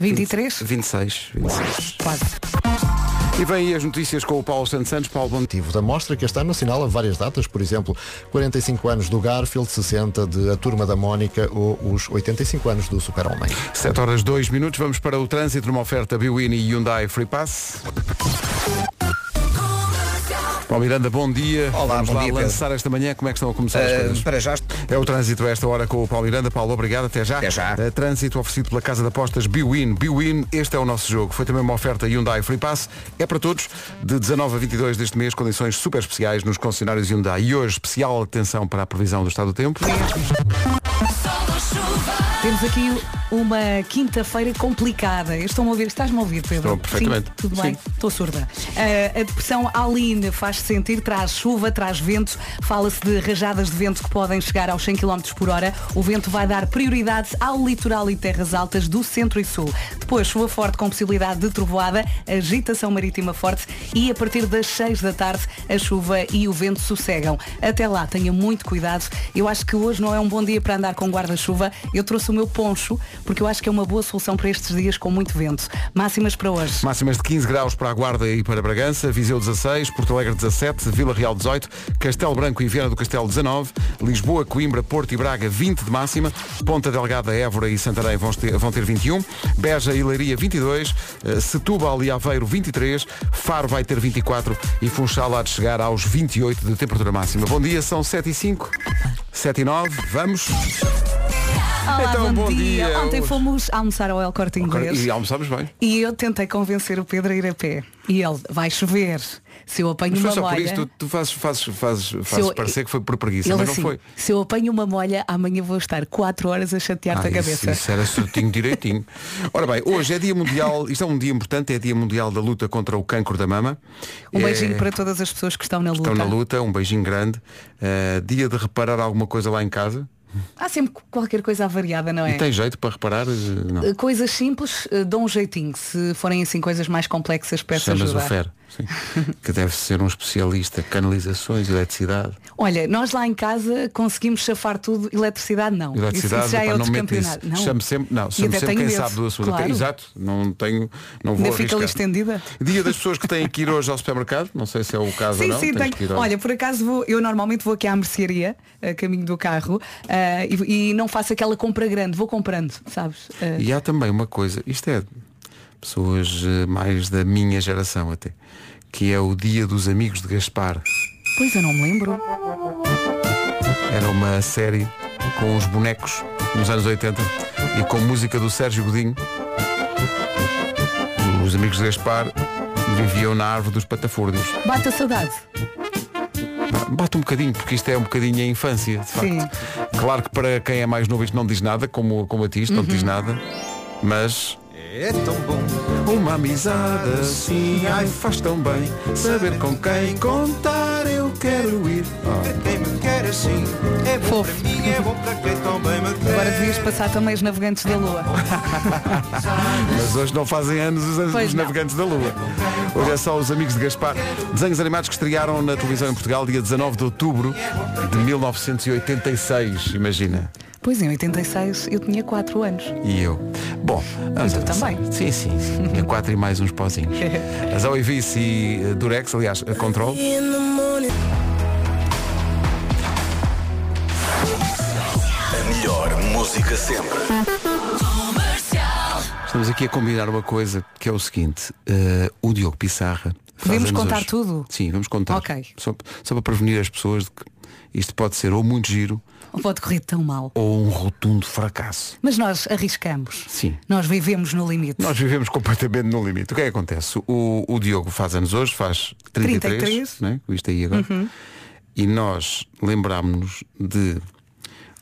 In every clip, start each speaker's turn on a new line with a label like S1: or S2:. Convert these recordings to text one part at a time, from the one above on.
S1: 23?
S2: 26, 26.
S1: Quase.
S2: E vem aí as notícias com o Paulo Santos Santos. Paulo, bom dia.
S3: motivo da mostra que este ano assinala várias datas, por exemplo, 45 anos do Garfield, 60 de A Turma da Mónica ou os 85 anos do Super-Homem.
S2: 7 horas 2 minutos, vamos para o trânsito numa oferta Biwin e Hyundai Free Pass. Paulo Miranda, bom dia.
S4: Olá,
S2: vamos
S4: bom
S2: lá
S4: dia, Pedro.
S2: lançar esta manhã, como é que estão a começar as
S4: Ah,
S2: coisas?
S4: para já,
S2: É o trânsito a esta hora com o Paulo Miranda. Paulo, obrigado, até já.
S4: Até já.
S2: Eh, trânsito oferecido pela Casa de Apostas Biwin. Biwin, este é o nosso jogo. Foi também uma oferta Hyundai Free Pass. É para todos, de 19 a 22 deste mês, condições super especiais nos concessionários Hyundai. E hoje, especial atenção para a previsão do estado do tempo.
S1: Temos aqui uma quinta-feira complicada. Eu Estou-me a ouvir? Estás-me a ouvir, Pedro?
S2: Estou, perfeitamente.
S1: Sim, tudo bem?
S2: Sim.
S1: Estou surda. Ah, a depressão Aline faz-se sentir, traz chuva, traz vento. Fala-se de rajadas de vento que podem chegar aos 100 km por hora. O vento vai dar prioridade ao litoral e terras altas do centro e sul. Depois, chuva forte com possibilidade de trovoada, agitação marítima forte e a partir das 6 da tarde a chuva e o vento sossegam. Até lá, tenha muito cuidado. Eu acho que hoje não é um bom dia para andar com guarda-chuva. Eu trouxe o meu poncho porque eu acho que é uma boa solução para estes dias com muito vento. Máximas para hoje.
S2: Máximas de 15 graus para a Guarda e para Bragança, Viseu 16, Porto Alegre 17, Vila Real 18, Castelo Branco e Viana do Castelo 19, Lisboa, Coimbra, Porto e Braga 20 de máxima, Ponta Delgada, Évora e Santarém vão ter, vão ter 21, Beja e Leiria 22, eh, Setúbal e Aveiro 23, Faro vai ter 24 e Funchal há de chegar aos 28 de temperatura máxima. Bom dia, são 7 e 5, 7 e 9, vamos.
S1: Olá,
S2: Então,
S1: bom,
S2: bom
S1: dia.
S2: dia.
S1: Ontem fomos almoçar ao El Corte Inglês.
S2: E almoçamos bem.
S1: E eu tentei convencer o Pedro a ir a pé. E ele, vai chover. Se eu apanho
S2: Mas foi
S1: uma
S2: só por
S1: molha.
S2: isso, tu, tu fazes, fazes, fazes, fazes
S1: eu-
S2: parecer que foi por preguiça,
S1: ele
S2: mas
S1: assim,
S2: não foi.
S1: se eu apanho uma molha, amanhã vou estar 4 horas a chatear-te a
S2: Ah, isso-
S1: cabeça.
S2: Isso, era certinho, direitinho. Ora bem, hoje é dia mundial, isto é um dia importante, é dia mundial da luta contra o cancro da mama.
S1: Um beijinho
S2: É,
S1: para todas as pessoas que estão na luta.
S2: Estão na luta, um beijinho grande. Eh, dia de reparar alguma coisa lá em casa.
S1: Há sempre qualquer coisa avariada, não é?
S2: E tem jeito para reparar? Eh, Não.
S1: Eh, Coisas simples, eh, dão um jeitinho. Se forem assim coisas mais complexas, peço
S2: Chamas é o
S1: ajuda.
S2: FER, sim. que deve ser um especialista, canalizações, eletricidade.
S1: Olha, nós lá em casa conseguimos chafar tudo, eletricidade não. Isso-
S2: Eletricidade,
S1: isso já
S2: epá,
S1: é
S2: não
S1: outro
S2: me mete
S1: campeonato.
S2: nisso. Chamo sempre, não,
S1: E
S2: chamo
S1: até
S2: sempre
S1: tenho
S2: quem
S1: medo.
S2: sabe do assunto.
S1: Claro.
S2: Exato, não tenho, não vou
S1: Ainda fica ali
S2: arriscar.
S1: estendida.
S2: Dia das pessoas que têm que ir hoje ao supermercado, não sei se é o caso
S1: Sim,
S2: ou não.
S1: sim,
S2: tens que ir
S1: tenho.
S2: hoje.
S1: Olha, por acaso vou, eu normalmente vou aqui à mercearia, a caminho do carro, ah, e, e não faço aquela compra grande, vou comprando, sabes? Ah,
S2: E há também uma coisa, isto é pessoas eh, mais da minha geração até, que é o dia dos amigos de Gaspar.
S1: pois eu não me lembro.
S2: Era uma série com os bonecos nos anos 80 e com música do Sérgio Godinho. Os amigos de Gaspar viviam na árvore dos patafúrdios.
S1: Bate a saudade.
S2: Bate um bocadinho, porque isto é um bocadinho a infância, de facto. Claro que para quem é mais novo isto não diz nada, como, como a ti, isto não te diz nada, mas
S5: É tão bom.
S2: Uma amizade assim, ai faz tão bem Saber com quem contar eu quero ir Ah,
S5: Para quem me quer assim. É bom
S1: Fofo.
S5: para mim, é bom para quem também me quer.
S1: Agora devias passar também os navegantes da lua.
S2: Mas hoje não fazem anos os,
S1: Pois
S2: os
S1: não.
S2: navegantes da lua Hoje é só os amigos de Gaspar Desenhos animados que estrearam na televisão em Portugal Dia 19 de outubro de 1986 Imagina
S1: Pois em 86 eu tinha 4 anos.
S2: E eu Bom vamos
S1: tu
S2: avançar.
S1: também.
S2: Sim, sim, sim Tinha quatro e mais uns pozinhos As Oivis e eh, Durex, aliás, a Control
S6: Melhor música sempre.
S2: Estamos aqui a combinar uma coisa que é o seguinte, eh, o Diogo Pissarra. faz
S1: Podemos
S2: anos
S1: contar
S2: hoje.
S1: tudo?
S2: Sim, vamos contar.
S1: Ok.
S2: Só, só para prevenir as pessoas de que isto pode ser ou muito giro
S1: Não Oh, pode correr tão mal.
S2: ou um rotundo fracasso.
S1: Mas nós arriscamos.
S2: Sim.
S1: Nós vivemos no limite.
S2: Nós vivemos completamente no limite. O que é que acontece? O, o Diogo faz anos hoje, faz 33,
S1: 33.
S2: Né? com isto aí agora.
S1: Uhum.
S2: E nós lembrámos-nos de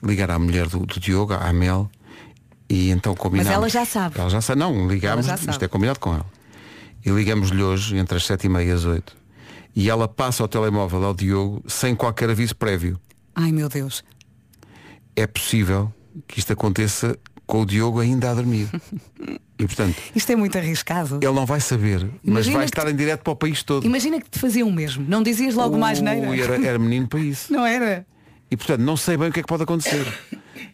S2: ligar à mulher do, do Diogo, à Mel, e então combinámos.
S1: ela já sabe.
S2: Ela já sabe. Não, ligámos,
S1: Ela já sabe.
S2: isto é combinado com ela. E ligamos-lhe hoje, entre as 7 e meia e as 8. E ela passa o telemóvel ao Diogo sem qualquer aviso prévio.
S1: Ai meu Deus.
S2: É possível que isto aconteça com o Diogo ainda a dormir. E portanto,
S1: Isto é muito arriscado.
S2: ele não vai saber, mas
S1: Imagina
S2: vai
S1: que-
S2: estar em direto para o país todo.
S1: Imagina que te faziam o mesmo. Não dizias logo mais neira.
S2: Ui, era, era menino para isso.
S1: Não era?
S2: E portanto, não sei bem o que é que pode acontecer.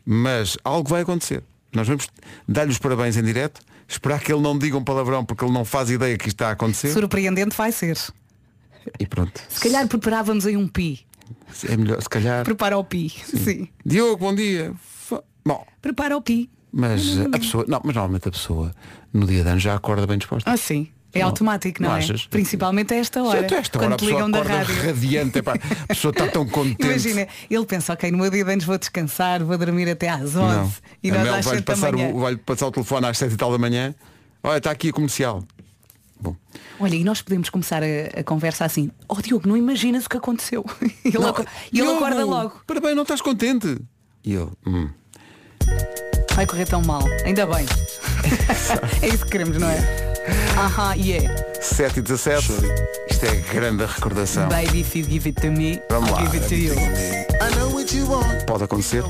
S2: Mas algo vai acontecer. Nós vamos dar-lhe os parabéns em direto, esperar que ele não me diga um palavrão porque ele não faz ideia que isto está a acontecer.
S1: Surpreendente vai ser.
S2: E pronto.
S1: Se calhar preparávamos em um pi.
S2: É melhor, se calhar.
S1: Prepara o pi. Sim.
S2: Diogo, bom dia. Fa- Bom,
S1: Prepara o pi.
S2: mas
S1: Hum.
S2: eh, a pessoa. Não, mas normalmente a pessoa no dia de ano já acorda bem disposta.
S1: Ah, sim. É
S2: Não.
S1: automático, não,
S2: Não
S1: é?
S2: achas?
S1: Principalmente a esta hora.
S2: Certo, esta
S1: quando
S2: hora a
S1: te
S2: pessoa
S1: ligam da
S2: acorda
S1: rádio.
S2: radiante. epá, a pessoa está tão contente.
S1: Imagina, ele pensa, ok, no meu dia de anos vou descansar, vou dormir até às 11
S2: Não.
S1: e
S2: a
S1: nós
S2: Mel
S1: às
S2: vai-lhe
S1: 7 da
S2: passar,
S1: manhã.
S2: o, vai passar o telefone às 7 e tal da manhã. Olha, está aqui a comercial. Bom,
S1: Olha, e nós podemos começar a, a conversa assim, oh Diogo, não imaginas o que aconteceu. E ele,
S2: Não,
S1: aco- e ele
S2: Diogo,
S1: acorda logo.
S2: Parabéns, não estás contente. E eu, hum.
S1: Vai correr tão mal. Ainda bem. é isso que queremos, não é? Aham, yeah.
S2: 7 e 17. Isto é grande recordação.
S1: Baby, if you give it to me,
S2: Vamos
S1: I'll
S2: lá.
S1: give it to you.
S2: Pode acontecer.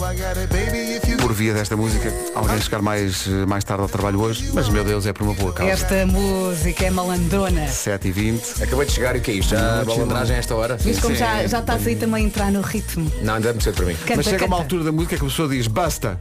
S2: Por via desta música, alguém chegar mais, mais tarde ao trabalho hoje. Mas, meu Deus, é por uma boa causa.
S1: Esta música é malandrona.
S2: 7 e 20.
S4: Acabei de chegar e o que é isto? Já a malandragem a esta hora?
S1: Viste como
S4: Sim.
S1: já, já estás aí também a entrar no ritmo.
S4: Não, ainda é muito cedo para mim.
S1: Canta,
S2: Mas chega
S1: canta.
S2: uma altura da música que a pessoa diz basta.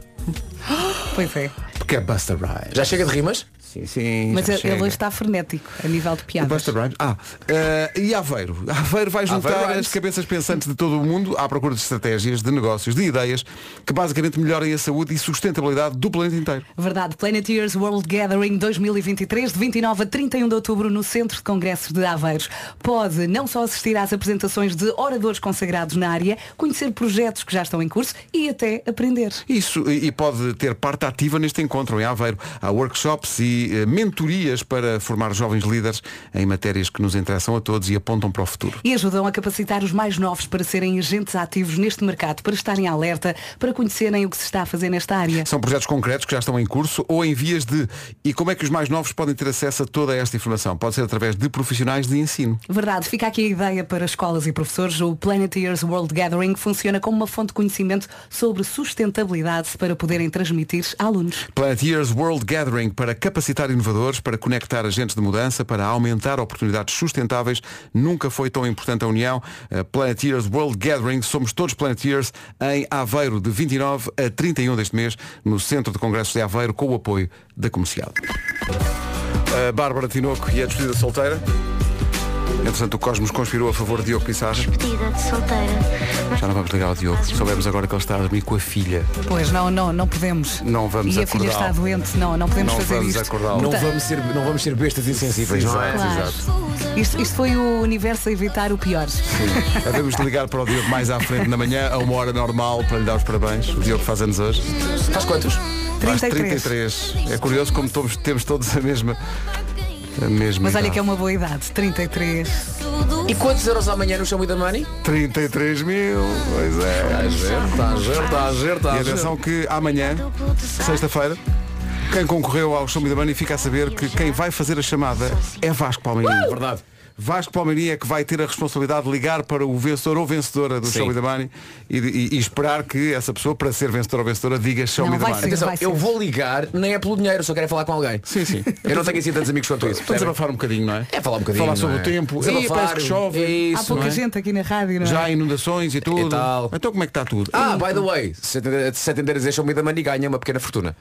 S1: Pois é.
S2: Porque é Busta Rhymes.
S4: Já chega de rimas?
S2: Sim, sim.
S1: Mas
S2: já
S1: ele
S2: chega.
S1: hoje está frenético a nível de
S2: O
S1: piadas.
S2: Busta Rhymes. Ah, eh, e Aveiro. Aveiro vai juntar
S4: Aveiro Rhymes.
S2: as cabeças pensantes de todo o mundo à procura de estratégias, de negócios, de ideias que basicamente melhorem a saúde e sustentabilidade do planeta inteiro.
S1: Verdade, Planet Years World Gathering 2023, de 29 a 31 de outubro, no Centro de Congressos de Aveiros. Pode não só assistir às apresentações de oradores consagrados na área, conhecer projetos que já estão em curso e até aprender.
S2: Isso, e e pode ter parte ativa neste encontro em Aveiro. Há workshops e eh, mentorias para formar jovens líderes em matérias que nos interessam a todos e apontam para o futuro.
S1: E ajudam a capacitar os mais novos para serem agentes ativos neste mercado, para estarem alerta, para conhecerem o que se está a fazer nesta área.
S2: São projetos concretos que já estão em curso ou em vias de. E como é que os mais novos podem ter acesso a toda esta informação? Pode ser através de profissionais de ensino.
S1: Verdade, fica aqui a ideia para escolas e professores. O Planeteers World Gathering funciona como uma fonte de conhecimento sobre sustentabilidade para poderem transmitir a alunos.
S2: Planet Years World Gathering para capacitar inovadores, para conectar agentes de mudança, para aumentar oportunidades sustentáveis. Nunca foi tão importante a união. A Planet Years World Gathering, somos todos Planeteers em Aveiro de 29 a 31 deste mês, no Centro de Congressos de Aveiro, com o apoio da Comercial. A Bárbara Tinoco e a despedida solteira. Entretanto, o Cosmos conspirou a favor de Diogo Pissarra.
S7: despedida de solteira. Mas
S2: Já não vamos ligar ao Diogo. Soubemos agora que ele está a dormir com a filha.
S1: Pois não, não, não podemos.
S2: Não vamos
S1: E a filha está
S2: acordá-lo.
S1: doente, não, não podemos
S2: Não
S1: fazer
S2: vamos
S1: isto.
S2: acordá-lo.
S4: Não
S1: Porta-
S4: vamos ser, não vamos ser bestas insensíveis, não é?
S2: Exato,
S1: Claro.
S2: exato.
S1: Isto, isto foi o universo a evitar o pior.
S2: Devemos ligar para o Diogo mais à frente na manhã, a uma hora normal, para lhe dar os parabéns. O Diogo faz anos hoje.
S4: é. Faz quantos?
S2: Faz
S1: 33.
S2: 33. É curioso como todos, temos todos a mesma. A mesma
S1: Mas olha que é
S2: idade.
S1: uma boa idade, 33.
S4: E quantos euros amanhã no Show Me da Money?
S2: 33 mil. Pois é.
S4: Está a ver, está a ver, está a ver, está
S2: E atenção que amanhã, sexta-feira, quem concorreu ao Show Me da Money fica a saber que quem vai fazer a chamada é Vasco Palmeirinho.
S4: Verdade.
S2: Vasco Palmeirinho é que vai ter a responsabilidade de ligar para o vencedor ou vencedora do
S4: Sim.
S2: Show Me da Money e, e- e esperar que essa pessoa, para ser vencedor ou vencedora, diga Show
S1: Não,
S2: Me the
S1: vai
S2: Money.
S1: ser.
S4: Atenção,
S1: Vai ser.
S4: eu vou ligar, nem é pelo dinheiro, só quero é falar com alguém.
S2: Sim, sim.
S4: Eu não tenho assim tantos amigos quanto isso.
S2: Para
S4: percebem?
S2: desabafar um bocadinho, não é?
S4: É falar um bocadinho.
S2: Falar
S4: não
S2: sobre
S4: é?
S2: o tempo.
S4: Desabafar,
S2: Epá, parece que chove.
S4: é isso,
S1: Há pouca
S4: não é?
S1: gente aqui na rádio, não é?
S2: Já há inundações e tudo.
S4: E tal.
S2: Então como é que está tudo?
S4: Ah, by the way, se atender- se atenderes este Show Me da Money ganha uma pequena fortuna.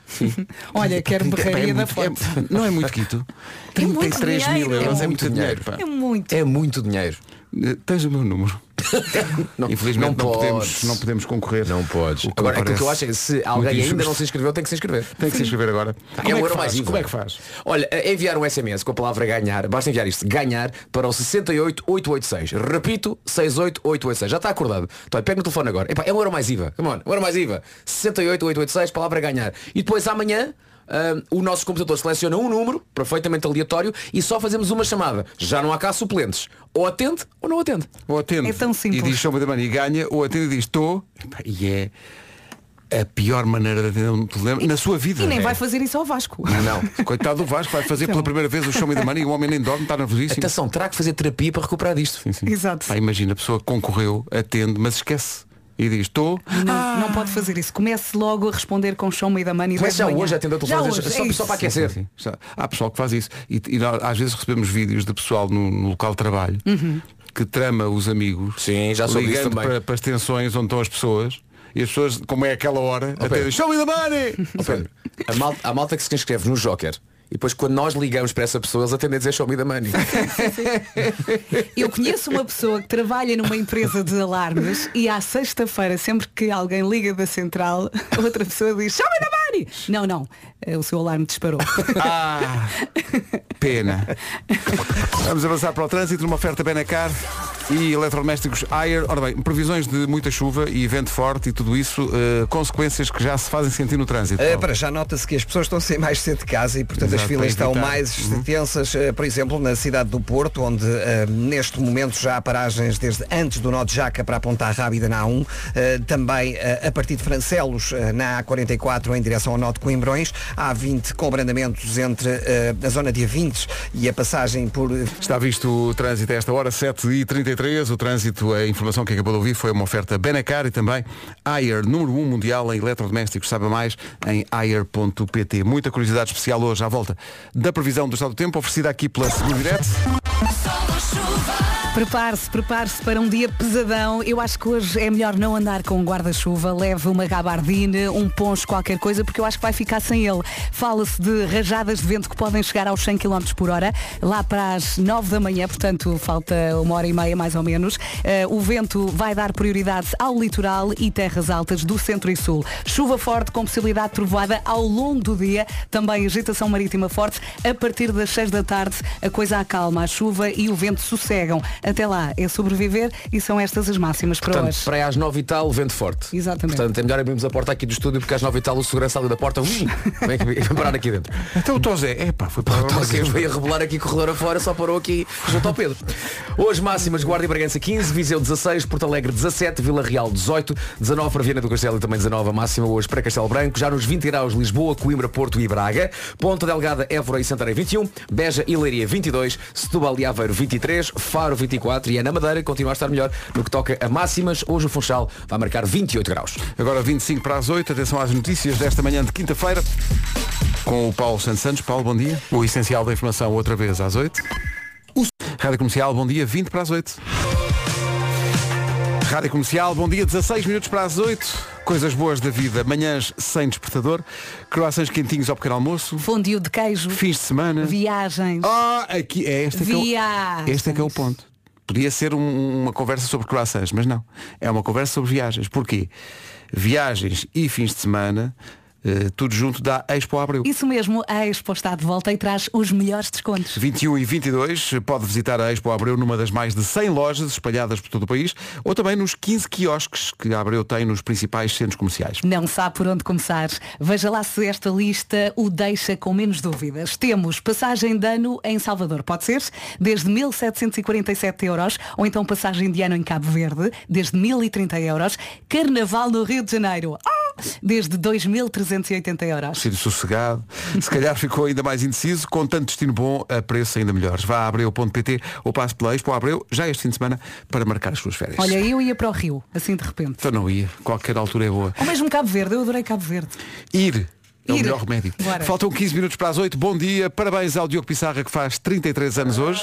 S1: Olha, quero
S2: Epá, é
S1: berraria da
S2: muito-
S1: fonte.
S2: é- não é muito quito.
S1: É muito
S2: 33 mil
S1: dinheiro.
S2: euros.
S4: É
S2: É
S4: muito
S2: muito dinheiro. pá.
S1: É muito.
S4: É muito dinheiro.
S2: Eh, Tens o meu número.
S4: Não-
S2: Infelizmente não,
S4: podes.
S2: podemos, não podemos concorrer.
S4: Não podes.
S2: O que
S4: Agora,
S2: me
S4: aquilo que eu
S2: parece
S4: acho é que se alguém
S2: muito
S4: ainda
S2: injusto.
S4: não se inscreveu, tem que se inscrever.
S2: Tem que se inscrever agora. Como
S4: é um
S2: que
S4: euro
S2: faz?
S4: mais IVA.
S2: Como é que faz?
S4: Olha, é enviar um SMS com a palavra ganhar, basta enviar isto, ganhar, para o 68886. Repito, 68886. Já está acordado. Então, olha, pega no telefone agora. Epá, é um euro mais IVA. Come on, um euro mais IVA. 68886, palavra ganhar. E depois amanhã. ah, o nosso computador seleciona um número perfeitamente aleatório e só fazemos uma chamada. Já não há cá suplentes. Ou atende ou não atende.
S2: Ou atende
S1: É tão
S2: e
S1: simples.
S2: diz chama da mania e ganha, ou atende e diz estou. Epá, E é a pior maneira de atender um problema na sua vida.
S1: E nem
S2: É.
S1: vai fazer Então. isso ao Vasco.
S2: Não. Coitado do Vasco, vai fazer pela primeira vez o show me da money e o um homem nem dorme, está nervosíssimo.
S4: Atenção, terá que fazer terapia para recuperar disto.
S1: Então Exato.
S2: Pá, imagina, a pessoa concorreu, atende, mas esquece. E diz, estou.
S1: Não, não pode fazer isso. Comece logo a responder com show meio da mãe e
S4: Mas já hoje atendeu o telefone
S1: Já hoje,
S4: só,
S1: é
S4: só
S1: isso.
S4: para aquecer.
S2: Está- Há pessoal que faz isso. E, e nós, às vezes recebemos vídeos de pessoal no, no local de trabalho
S1: Uhum.
S2: que trama os amigos
S4: Sim, já soube disso
S2: ligando
S4: também.
S2: para, para as tensões onde estão as pessoas. E as pessoas, como é aquela hora, até
S4: Pedro.
S2: dizem, show me the money!
S4: Ó Pedro, a malta, a malta que se inscreve no Joker E depois quando nós ligamos para essa pessoa, eles atendem a dizer show me the money.
S1: Eu conheço uma pessoa que trabalha numa empresa de alarmes e à sexta-feira, sempre que alguém liga da central, outra pessoa diz, chama da Mari! Não, não, eh, o seu alarme disparou.
S2: Ah, pena. Vamos avançar para o trânsito numa oferta Benacar e eletrodomésticos Ayer. Ora bem, previsões de muita chuva e vento forte e tudo isso, eh, consequências que já se fazem sentir no trânsito.
S8: Uh,
S2: Paulo.
S8: para já nota-se que as pessoas estão a sair mais cedo de casa e portanto
S2: Exato,
S8: as filas
S2: para
S8: estão
S2: evitar. Uhum.
S8: mais extensas, uh, por exemplo, na cidade do Porto, onde uh, neste momento já há paragens desde antes do nó de Jaca para a Ponta Rábida na A1, uh, também uh, a partir de Francelos uh, na A44 em direção ao nó de Coimbrões, A20 com abrandamentos entre uh, a zona de A20 e a passagem por eh,
S2: Está visto o trânsito a esta hora, 7h33. O trânsito, a informação que acabou de ouvir foi uma oferta Benacar e também Ayer, número 1 mundial em eletrodomésticos. Saiba mais em ayer.pt. Muita curiosidade especial hoje à volta da previsão do estado do tempo, oferecida aqui pela Seguro Direto.
S1: Prepare-se, prepare-se para um dia pesadão. Eu acho que hoje é melhor não andar com um guarda-chuva. Leve uma gabardine, um poncho, qualquer coisa, porque eu acho que vai ficar sem ele. Fala-se de rajadas de vento que podem chegar aos 100 km por hora, lá para as 9 da manhã, portanto falta uma hora e meia mais ou menos. Eh, o vento vai dar prioridade ao litoral e terras altas do centro e sul. Chuva forte com possibilidade de trovoada ao longo do dia, também agitação marítima forte. A partir das 6 da tarde, a coisa acalma, a chuva e o vento sossegam. Até lá é sobreviver e são estas as máximas para
S4: Portanto,
S1: hoje.
S4: para aí às 9 e tal, vento forte.
S1: Exatamente.
S4: Portanto, é melhor abrirmos a porta aqui do estúdio porque às 9 e tal o segurança ali da porta vem, aqui- vem parar aqui dentro.
S2: Então o Tozé, epá, foi para
S4: O Toque veio a rebolar aqui corredor afora, só parou aqui junto ao Pedro. Hoje máximas Guarda e Bragança 15, Viseu 16, Porto Alegre 17, Vila Real 18, 19 para Viana do Castelo e também 19 a máxima hoje para Castelo Branco, já nos 20 graus Lisboa, Coimbra, Porto e Braga, Ponta Delgada, Évora e Santarém 21, Beja e Leiria 22, Setúbal e Aveiro 23, Faro 24 e é na Madeira que continua a estar melhor no que toca a máximas. Hoje o Funchal vai marcar 28 graus.
S2: Agora 25 para as 8, atenção às notícias desta manhã de quinta-feira com o Paulo Santos Santos. Paulo, bom dia. O essencial da informação outra vez às 8. O Rádio Comercial, bom dia, 20 para as 8. Rádio Comercial, bom dia, 16 minutos para as 8. Coisas boas da vida, manhãs sem despertador, croações quentinhos ao pequeno almoço,
S1: Fundiu de queijo,
S2: fins de semana.
S1: viagens.
S2: Ah, aqui é este é que é o-
S1: Viagens.
S2: este é que é o ponto. Podia ser um- uma conversa sobre croissants, mas não. É uma conversa sobre viagens. Porquê? Viagens e fins de semana, eh, tudo junto dá Expo Abreu.
S1: Isso mesmo, a Expo está de volta e traz os melhores descontos.
S2: 21 e 22 eh, pode visitar a Expo Abreu numa das mais de 100 lojas espalhadas por todo o país ou também nos 15 quiosques que a Abreu tem nos principais centros comerciais.
S1: Não sabe por onde começar. Veja lá se esta lista o deixa com menos dúvidas. Temos passagem de ano em Salvador, pode ser? Desde 1.747 euros. Ou então passagem de ano em Cabo Verde, desde 1.030 euros. Carnaval no Rio de Janeiro, ah, desde 2.380 euros.
S2: Sítio sossegado. Se calhar ficou ainda mais indeciso, com tanto destino bom, a preço ainda melhores. Vá a abreu.pt ou passe pela Expo Abreu já este fim de semana para marcar as suas férias.
S1: Olha, eu ia para o Rio, assim de repente.
S2: Então não ia, qualquer altura é boa.
S1: Ou mesmo Cabo Verde, eu adorei Cabo Verde.
S2: Ir é o
S1: Ir.
S2: melhor remédio.
S1: Bora.
S2: Faltam 15 minutos para as 8. Bom dia, parabéns ao Diogo Pissarra que faz 33 anos hoje.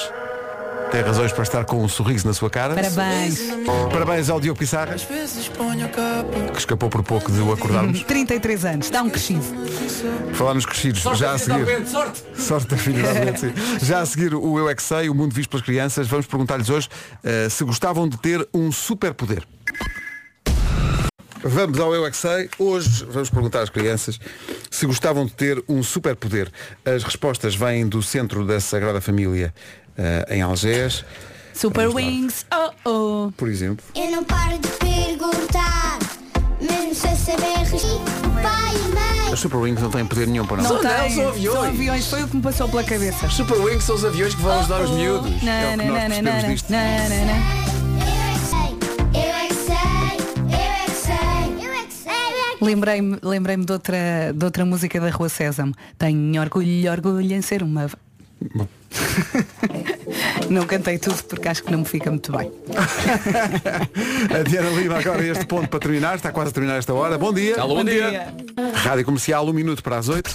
S2: Tem razões para estar com um sorriso na sua cara.
S1: Parabéns.
S2: Parabéns ao Diogo Pissarra, que escapou por pouco de o acordarmos.
S1: 33 anos, dá um crescido.
S2: Falar nos crescidos, já a seguir. Sorte da filha da Bente, sim. Já a seguir o Eu É Que Sei, o mundo visto pelas crianças. Vamos perguntar-lhes hoje eh, se gostavam de ter um superpoder. Vamos ao Eu É Que Sei. Hoje vamos perguntar às crianças se gostavam de ter um superpoder. As respostas vêm do Centro da Sagrada Família eh, em Algés,
S1: Super
S2: Vamos lá.
S1: Wings, oh oh.
S2: por exemplo.
S9: Eu não paro de perguntar, mesmo sem saber responder. Pai e mãe,
S2: As Super Wings não têm poder nenhum para nós.
S1: Não
S4: não,
S1: tem.
S4: são aviões.
S1: São aviões, foi o que me passou pela cabeça.
S4: Super Wings são os aviões que vão ajudar os miúdos.
S2: É o que nós percebemos disto.
S9: eu é que sei, eu é que sei, eu é que sei, eu é que sei.
S1: Lembrei-me lembrei de, outra, de outra música da Rua Sésamo. Tenho orgulho, orgulho em ser uma. não cantei tudo porque acho que não me fica muito bem.
S2: A Diana Lima agora este ponto para terminar, está quase a terminar esta hora. Bom dia.
S4: Alô, bom dia.
S2: Rádio Comercial, um minuto para as oito.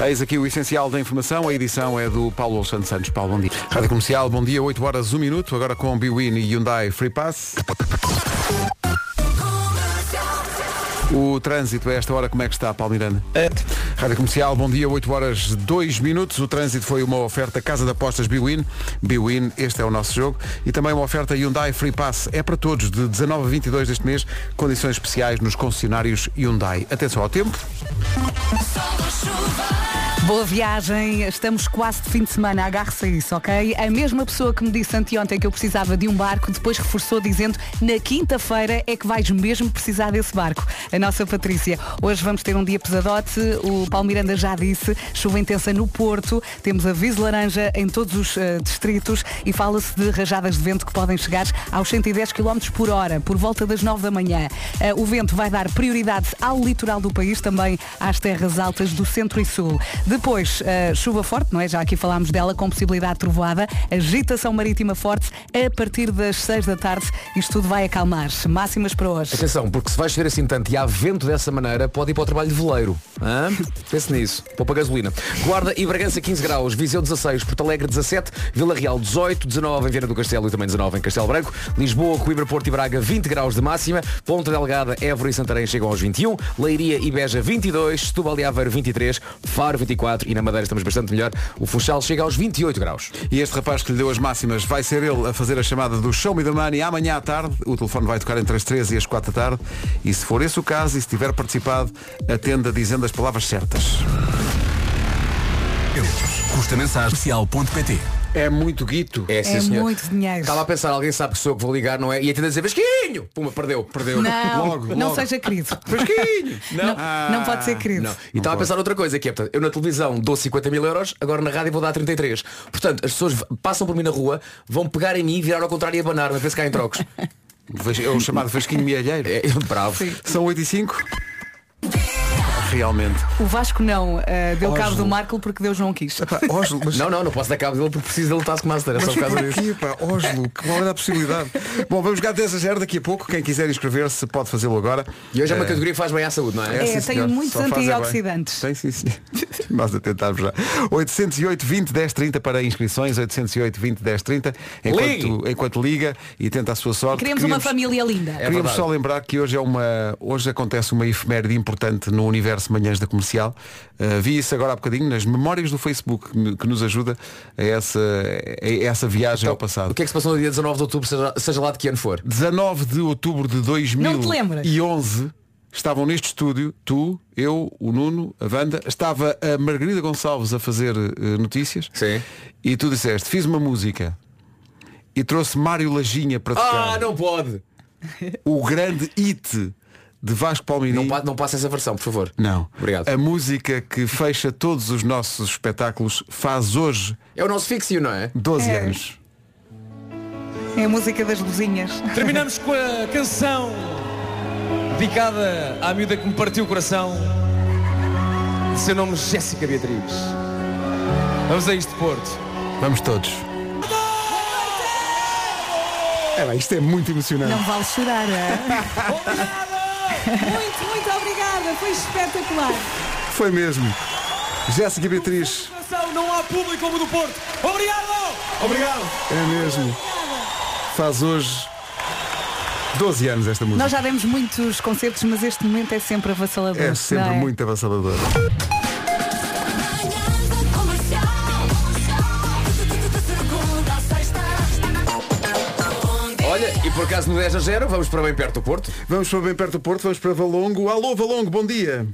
S2: Eis aqui o essencial da informação, a edição é do Paulo Alexandre Santos. Paulo, bom dia. Rádio Comercial, bom dia, 8 horas, 1 minuto, agora com Biwin e Hyundai Free Pass. O trânsito a esta hora, como é que está, Palmiranda?
S8: Eh,
S2: Rádio Comercial, bom dia, 8 horas 2 minutos. O trânsito foi uma oferta Casa de Apostas Biwin. Biwin, este é o nosso jogo. E também uma oferta Hyundai Free Pass. É para todos, de 19 a 22 deste mês. Condições especiais nos concessionários Hyundai. Atenção ao tempo.
S1: Boa viagem, estamos quase de fim de semana, agarre-se a isso, ok? A mesma pessoa que me disse anteontem que eu precisava de um barco, depois reforçou dizendo na quinta-feira é que vais mesmo precisar desse barco. A nossa Patrícia. Hoje vamos ter um dia pesadote, o Palmiranda já disse, chuva intensa no Porto, temos aviso laranja em todos os eh, distritos e fala-se de rajadas de vento que podem chegar aos 110 km por hora, por volta das 9 da manhã. Eh, o vento vai dar prioridade ao litoral do país, também às terras altas do centro e sul. Depois, eh, chuva forte, não é? Já aqui falámos dela, com possibilidade de trovoada, agitação marítima forte a partir das 6 da tarde. Isto tudo vai acalmar. Máximas para hoje.
S4: Atenção, porque se vai chover assim tanto e há vento dessa maneira, pode ir para o trabalho de veleiro. Hã? Pense nisso. Poupa gasolina. Guarda e Bragança 15 graus, Viseu 16, Porto Alegre 17, Vila Real 18, 19 em Viana do Castelo e também 19 em Castelo Branco, Lisboa, Coimbra, Porto e Braga 20 graus de máxima, Ponta Delgada, Évora e Santarém chegam aos 21, Leiria e Beja 22, Setúbal e Aveiro 23, Faro 24 e na Madeira estamos bastante melhor. O Funchal chega aos 28 graus.
S2: E este rapaz que lhe deu as máximas vai ser ele a fazer a chamada do Show Me the Money amanhã à tarde. O telefone vai tocar entre as 13 e as 4 da tarde. E se for esse o caso e se tiver participado, atenda dizendo as palavras certas.
S6: Custa mensagem social.pt
S2: É muito guito.
S4: É, sim,
S1: É
S4: senhor.
S1: muito dinheiro.
S4: Estava a pensar, alguém sabe que sou eu que vou ligar, não é? E a tentar dizer, Vasquinho! Puma, perdeu, perdeu.
S1: Não,
S2: Logo,
S1: não
S2: logo.
S1: seja querido.
S4: Vasquinho!
S1: Não, não pode ser querido.
S4: Não. E estava a pensar outra coisa, que é, portanto, eu na televisão dou 50 mil euros, agora na rádio vou dar 33. Portanto, as pessoas v- passam por mim na rua, vão pegar em mim, virar ao contrário e abanar, mas ver se caem trocos.
S2: Vas- É o chamado Vasquinho Mielheiro.
S4: É, bravo.
S2: São 8 e 5. Realmente.
S1: O Vasco não eh, deu cabo do Marco porque Deus não quis.
S2: Epá, Oslo, mas...
S4: Não, não, não posso dar cabo dele porque preciso dele Task Master, é só
S2: Mas
S4: por causa
S2: por
S4: disso.
S2: aqui, pá, Oslo, que qual era a possibilidade? Bom, vamos jogar 10 a 0 daqui a pouco. Quem quiser inscrever-se pode fazê-lo agora.
S4: E hoje é uma
S2: Eh,
S4: categoria que faz bem à saúde, não
S1: É,
S4: é?
S1: tem
S2: senhor.
S1: muitos
S2: Só faz é bem.
S1: antioxidantes.
S2: Tem sim, senhor. Nós a tentarmos já. 808 20 10 30 para inscrições, 808 20 10 30. Enquanto,
S4: Ligue.
S2: enquanto liga e tenta a sua sorte.
S1: Queremos uma família linda.
S4: É
S2: Queríamos
S4: verdade.
S2: só lembrar que hoje é uma hoje acontece uma efeméride importante no universo Manhãs da Comercial. Uh, vi isso agora há bocadinho nas memórias do Facebook que, me- que nos ajuda a essa, a essa viagem ao passado.
S4: O que é que se passou no dia 19 de outubro, seja, seja lá de que ano for?
S2: 19 de outubro de
S1: Não te lembras?
S2: 2011 estavam neste estúdio, tu, eu, o Nuno, a Wanda, estava a Margarida Gonçalves a fazer eh, notícias
S4: Sim.
S2: e tu disseste, fiz uma música e trouxe Mário Lajinha para tocar
S4: Ah, não pode!
S2: o grande hit de Vasco Palmeirinho.
S4: Não, pa- não passa essa versão, por favor.
S2: Não.
S4: Obrigado.
S2: A música que fecha todos os nossos espetáculos faz hoje
S4: É o nosso fixio, não é?
S2: 12
S1: É.
S2: anos.
S1: É a música das luzinhas.
S10: Terminamos com a canção dedicada à miúda que me partiu o coração. Seu nome é Jéssica Beatriz. Vamos a isto, Porto.
S2: Vamos todos. É bem, isto é muito emocionante.
S1: Não vale chorar, é? muito, muito obrigada. Foi espetacular.
S2: Foi mesmo. Jéssica Beatriz,
S10: Coração, Não há público como o do Porto. Obrigado! Obrigado!
S2: é mesmo. Faz hoje 12 anos esta música.
S1: Nós já demos muitos concertos, mas este momento é sempre avassalador.
S2: É sempre
S1: não é?
S2: muito avassalador.
S4: Olha, e por acaso no 10 a 0 vamos para bem perto do Porto.
S2: Vamos para bem perto do Porto, vamos para Valongo. Alô, Valongo, bom dia.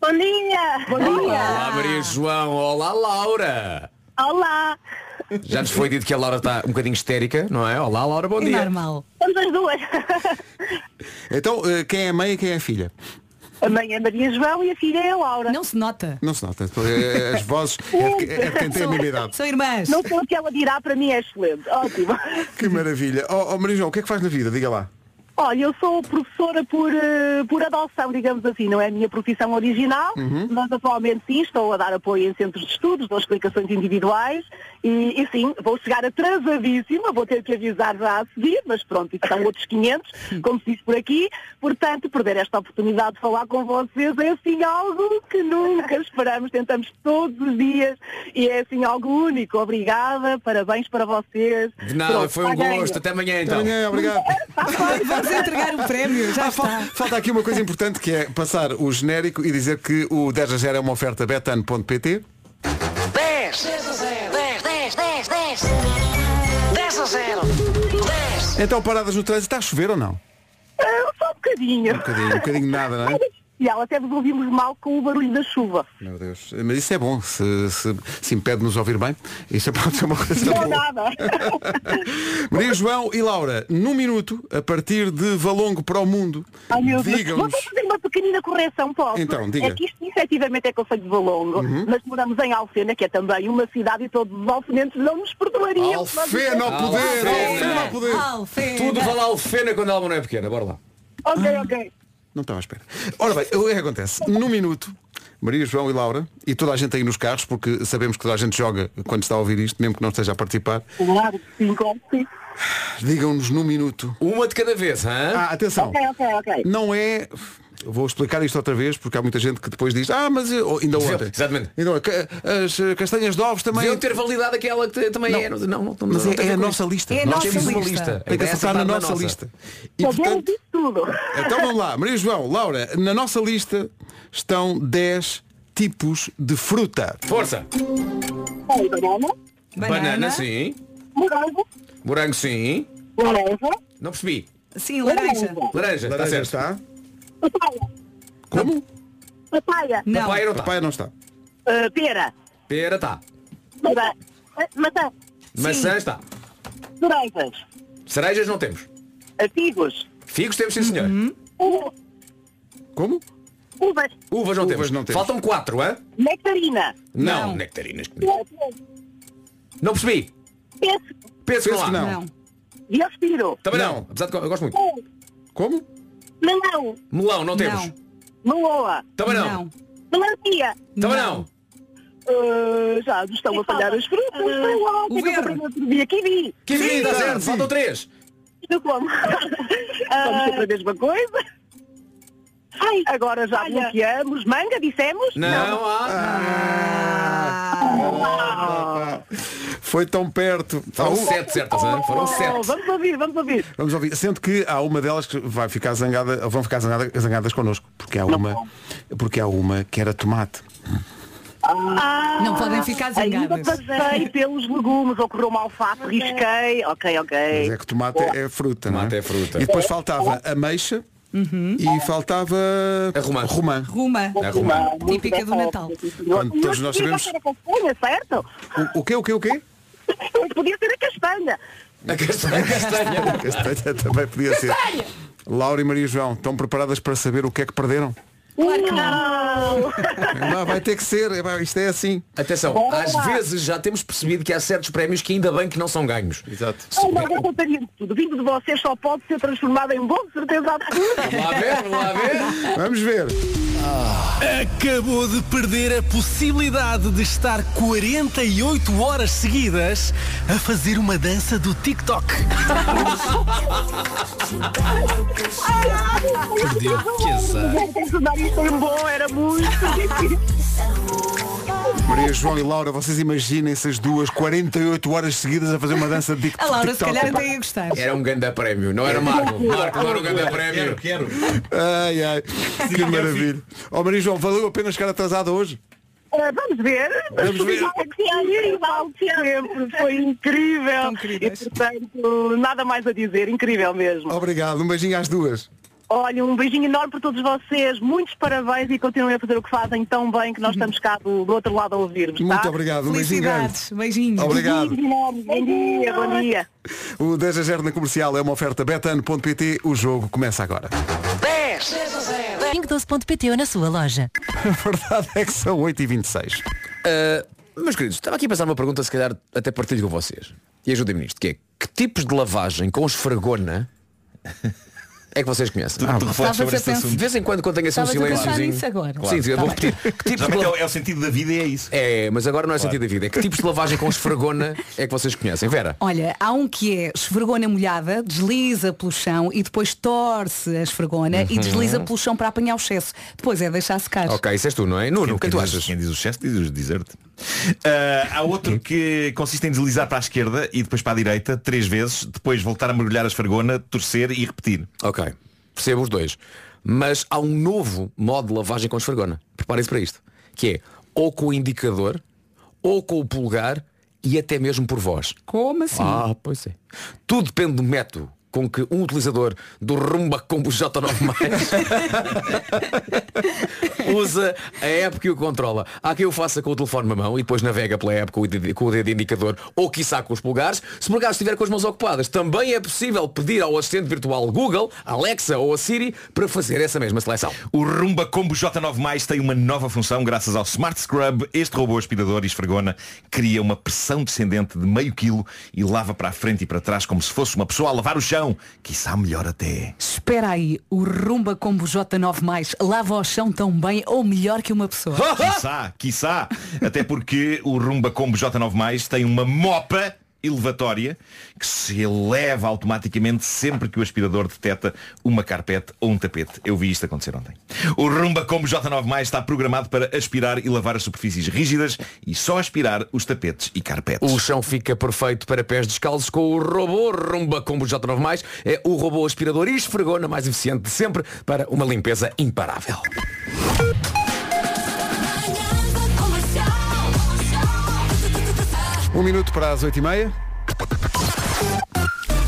S11: Bom dia! Bom
S4: Olá
S2: Ah.
S4: Maria João, olá Laura.
S11: Olá!
S4: Já nos foi dito que a Laura está um bocadinho histérica, não é? Olá Laura, bom
S1: É
S4: dia.
S1: normal.
S11: Estamos as duas!
S2: Então, eh, quem é a mãe e quem é a filha?
S11: A mãe é Maria João e a filha é a Laura.
S1: Não se nota.
S2: Não se nota. eh, As vozes é porque, é porque quem tem a mesma idade.
S1: São irmãs.
S11: Não sei o que ela dirá, para mim é excelente. Ótimo.
S2: Que maravilha. Ó oh, Maria João, o que é que faz na vida? Diga lá.
S11: Olha, eu sou professora por, eh, por adoção, digamos assim. Não é a minha profissão original,
S4: Uhum.
S11: mas atualmente sim, estou a dar apoio em centros de estudos, dou explicações individuais e, e sim, vou chegar atrasadíssima, vou ter que avisar já a seguir, mas pronto, isso são outros 500, como se diz por aqui. Portanto, perder esta oportunidade de falar com vocês é assim algo que nunca esperamos, tentamos todos os dias e é assim algo único. Obrigada, parabéns para vocês.
S4: De nada,
S11: Pronto,
S4: foi um
S11: ganho.
S4: gosto. Até amanhã
S2: Até
S4: então.
S2: amanhã, obrigado.
S11: Está bem,
S1: Vamos entregar o prémio, já
S2: Ah, fal-
S1: está.
S2: Falta aqui uma coisa importante que é passar o genérico e dizer que o 10 a 0 é uma oferta betano.pt
S12: 10 10 10 10 10 10 a 0 10
S2: Então paradas no trânsito, está a chover ou não?
S13: Ah, só um bocadinho.
S2: Um bocadinho, um bocadinho de nada, não é?
S13: E ela até vos ouvimos mal com o barulho da chuva.
S2: Meu Deus. Mas isso é bom, se, se, se impede de nos ouvir bem, isso é pode ser uma coisa
S13: Não é
S2: boa.
S13: nada.
S2: Maria João e Laura, num minuto, a partir de Valongo para o Mundo,
S13: Ai, meu Deus. Vou
S2: digam-nos.
S13: só fazer uma pequenina correção, posso?
S2: Então, diga. Uhum.
S13: É que isto efetivamente é Conselho de Valongo, mas moramos em Alfena, que é também uma cidade e todos os alfenenses não nos perdoariam.
S2: Alfena ao poder,
S1: é.
S2: Alfena ao poder. Alfena.
S4: Tudo vai lá alfena quando a alma não é pequena, bora lá.
S13: Ok, ok.
S2: Não estava à espera. Ora bem, o que é que acontece? Num minuto, Maria João e Laura, e toda a gente aí nos carros, porque sabemos que toda a gente joga quando está a ouvir isto, mesmo que não esteja a participar,
S13: Claro que sim, claro que sim.
S2: digam-nos num minuto.
S4: Uma de cada vez, hã?
S2: Ah, atenção.
S13: Ok, ok, ok.
S2: Não é. Eu Vou explicar isto outra vez, porque há muita gente que depois diz, ah, mas eu... ainda ontem.
S4: Exatamente.
S2: Ainda ontem. "Ca- As eh, castanhas de ovos também.
S4: Deviam ter validado aquela que também
S2: Não.
S4: é. Não, não, não,
S2: Mas
S4: não
S2: é,
S4: tem a
S2: é
S4: ver
S2: a
S4: com
S2: nossa
S4: isto.
S2: lista.
S4: Nós temos uma lista.
S2: Tem que
S4: Essa
S2: acertar
S4: está
S2: na nossa lista. E,
S13: Sabemos
S2: portanto,
S13: disso tudo.
S2: Então vamos lá, Maria João, Laura, na nossa lista estão 10 tipos de fruta.
S4: Força!
S13: Tem banana,
S4: Banana, sim.
S13: morango,
S4: Morango sim.
S13: laranja,
S4: Não percebi.
S1: Sim,
S13: laranja.
S2: Tá
S4: Laranja, está certo.
S2: está?
S13: papaya,
S2: Como?
S13: papaya,
S1: Não.
S4: Papaya não está.
S2: Papai não está.
S13: ah, pera,
S4: Pera tá. está.
S13: maçã, ah, maçã,
S4: Maçã está.
S13: cerejas,
S4: tá. Cerejas não temos.
S13: ah, figos,
S4: Figos temos sim senhor.
S13: u-
S2: Como?
S13: uvas,
S4: Uvas não,
S2: Uvas
S4: temos.
S2: não temos.
S4: Faltam quatro, hã?
S13: nectarina,
S4: Não.
S1: Não.
S4: Nectarinas. Não percebi.
S13: peixe,
S4: Penso
S2: Penso
S4: lá.
S2: que não.
S1: Não.
S13: diaspiro,
S4: Também não.
S2: Não.
S4: Apesar de que eu gosto muito.
S2: Como?
S13: melão,
S4: Melão não temos.
S1: Não.
S13: meloa,
S4: Também não.
S13: melancia.
S4: Também
S1: Não.
S4: não.
S13: Ah, já nos estão a falhar as frutas. Foi lá,
S1: o
S13: ah, o que é que
S1: verde.
S13: eu aprendi outro dia? Kiwi.
S4: Que vida,
S2: está
S4: certo.
S2: sim.
S4: Faltam três.
S13: Eu como. Ah, Vamos sempre a mesma coisa. Agora já bloqueamos. Manga, dissemos?
S4: Não há.
S13: Ah,
S2: Foi tão perto. Há
S4: Foram
S2: um-
S4: Ah. sete certas, hã? Foram
S13: Oh,
S4: sete.
S13: vamos ouvir, vamos ouvir.
S2: Vamos ouvir. Sendo que há uma delas que vai ficar zangada, vão ficar zangada, zangadas connosco, porque há uma, porque há uma que era tomate.
S1: Não podem ficar
S13: Ah, Ainda
S1: zangadas.
S13: passei pelos legumes, ocorreu uma alface, risquei. Ok,
S2: Mas
S13: ok.
S2: é que tomate é, é fruta, não
S4: Tomate é fruta.
S2: E depois faltava ameixa e faltava
S4: A romã.
S2: romã.
S1: Ruma.
S4: É romano.
S1: Típica do Natal.
S2: Quando todos nós sabemos-
S13: Podia ser a castanha, certo?
S2: O, o quê, o quê, o quê?
S13: Podia ser a castanha.
S4: A castanha. A castanha.
S2: Castanha também podia ser. Laura e Maria João, estão preparadas para saber o que é que perderam?
S1: Claro que não.
S2: Epá, vai ter que ser, epá, isto é assim.
S4: Atenção,
S13: Bora
S4: às
S13: lá.
S4: vezes já temos percebido que há certos prémios que ainda bem que não são ganhos.
S2: Exato.
S13: Oh, não, eu contaria de tudo. Vindo de vocês só pode ser transformado em bom, de certeza absoluta.
S4: Vamos lá ver, vamos lá ver.
S2: Vamos ver.
S8: Acabou de perder a possibilidade de estar 48 horas seguidas a fazer uma dança do TikTok. Perdeu. Que azar.
S13: Transformar isto em bom era muito difícil.
S2: Maria João e Laura, vocês imaginem-se as duas 48 horas seguidas a fazer uma dança de
S1: A Laura se
S2: TikTok. É,
S1: calhar até ia gostar.
S4: Era um grande prémio, não era Marco. Marco não era um grande prémio.
S8: quero.
S2: Ai, ai,
S1: é
S2: que maravilha.
S1: assim.
S2: Ó Maria João, valeu a pena chegar atrasada hoje?
S13: Ah, vamos ver.
S2: Vamos ver.
S13: Sempre foi incrível.
S1: Tão
S13: E
S1: queridas.
S13: portanto, nada mais a dizer, incrível mesmo.
S2: Obrigado, um beijinho às duas.
S1: Tá?
S13: Olha, um beijinho enorme para todos vocês, muitos parabéns e continuem a fazer o que fazem tão bem que nós estamos cá do, do outro lado a ouvir-vos. tá?
S2: Muito obrigado, um beijinho grande.
S1: Felicidades. Beijinhos.
S2: Obrigado.
S13: Beijinho enorme, Bom dia, bom dia.
S2: O 10 a 0 na comercial é uma oferta betano.pt. O jogo começa agora.
S14: 512.pt ou na sua loja.
S2: A verdade é que são 8h26.
S4: Ah, meus queridos, estava aqui a pensar uma pergunta, se calhar até partilho com vocês. E ajudem-me nisto, que é que tipos de lavagem com esfragona é que vocês conhecem?
S1: Tu refletes sobre este
S4: De
S1: assunto.
S4: vez em quando quando tenho assim um
S1: Estavas a pensar
S4: silênciozinho.
S1: nisso agora.
S4: Sim, sim, eu vou
S1: Está bem.
S4: repetir. Que tipos de
S1: é
S4: la-
S8: o sentido da vida e é isso.
S4: É, mas agora não é sentido da vida. É que tipos de lavagem com esfragona é que vocês conhecem? Vera?
S1: Olha, há um que é esfregona molhada, desliza pelo chão e depois torce a esfregona e desliza pelo chão para apanhar o excesso. Depois é deixar secar.
S4: Ok, isso és tu, não é? Nuno, o que é que tu achas?
S8: Quem diz o chefe diz o dizer-te.
S13: Ah, há outro que consiste em deslizar para a esquerda e depois para a direita, três vezes, depois voltar a mergulhar a esfargona, torcer e repetir.
S4: Ok, percebo os dois. Mas há um novo modo de lavagem com esfregona. Preparem-se para isto. Que é ou com o indicador, ou com o polegar e até mesmo por voz.
S1: Como assim?
S4: Ah, pois é. Tudo depende do método com que um utilizador do Rumba Combo J9 usa a app que o controla. Há quem o faça com o telefone na mão e depois navega pela app com o dedo, com o dedo indicador ou quiçá com os polegares. Se o polegar estiver com as mãos ocupadas, também é possível pedir ao assistente virtual Google, Alexa ou a Siri para fazer essa mesma seleção.
S13: O Rumba Combo J9 tem uma nova função graças ao Smart Scrub. Este robô aspirador e esfregona cria uma pressão descendente de meio quilo e lava para a frente e para trás como se fosse uma pessoa a lavar o chão. Quiçá melhor até.
S1: Espera aí, o Rumba Combo J9+, lava o chão tão bem ou melhor que uma pessoa.
S13: Quiçá, quiçá. Até porque o Rumba Combo J9 tem uma mopa elevatória que se eleva automaticamente sempre que o aspirador detecta uma carpete ou um tapete. Eu vi isto acontecer ontem. O Rumba Combo J9 está programado para aspirar e lavar as superfícies rígidas e só aspirar os tapetes e carpetes.
S4: O chão fica perfeito para pés descalços com o robô Rumba Combo J9+, é o robô aspirador e esfregona mais eficiente de sempre para uma limpeza imparável.
S2: Um minuto para as oito e meia.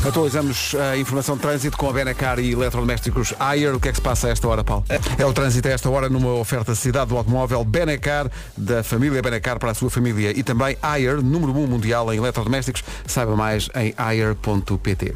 S2: Atualizamos a informação de trânsito com a Benacar e eletrodomésticos Ayer. O que é que se passa a esta hora, Paulo? É o trânsito a esta hora numa oferta Cidade do Automóvel Benacar, da família Benacar para a sua família. E também Ayer, número 1 um mundial em eletrodomésticos. Saiba mais em ayer.pt.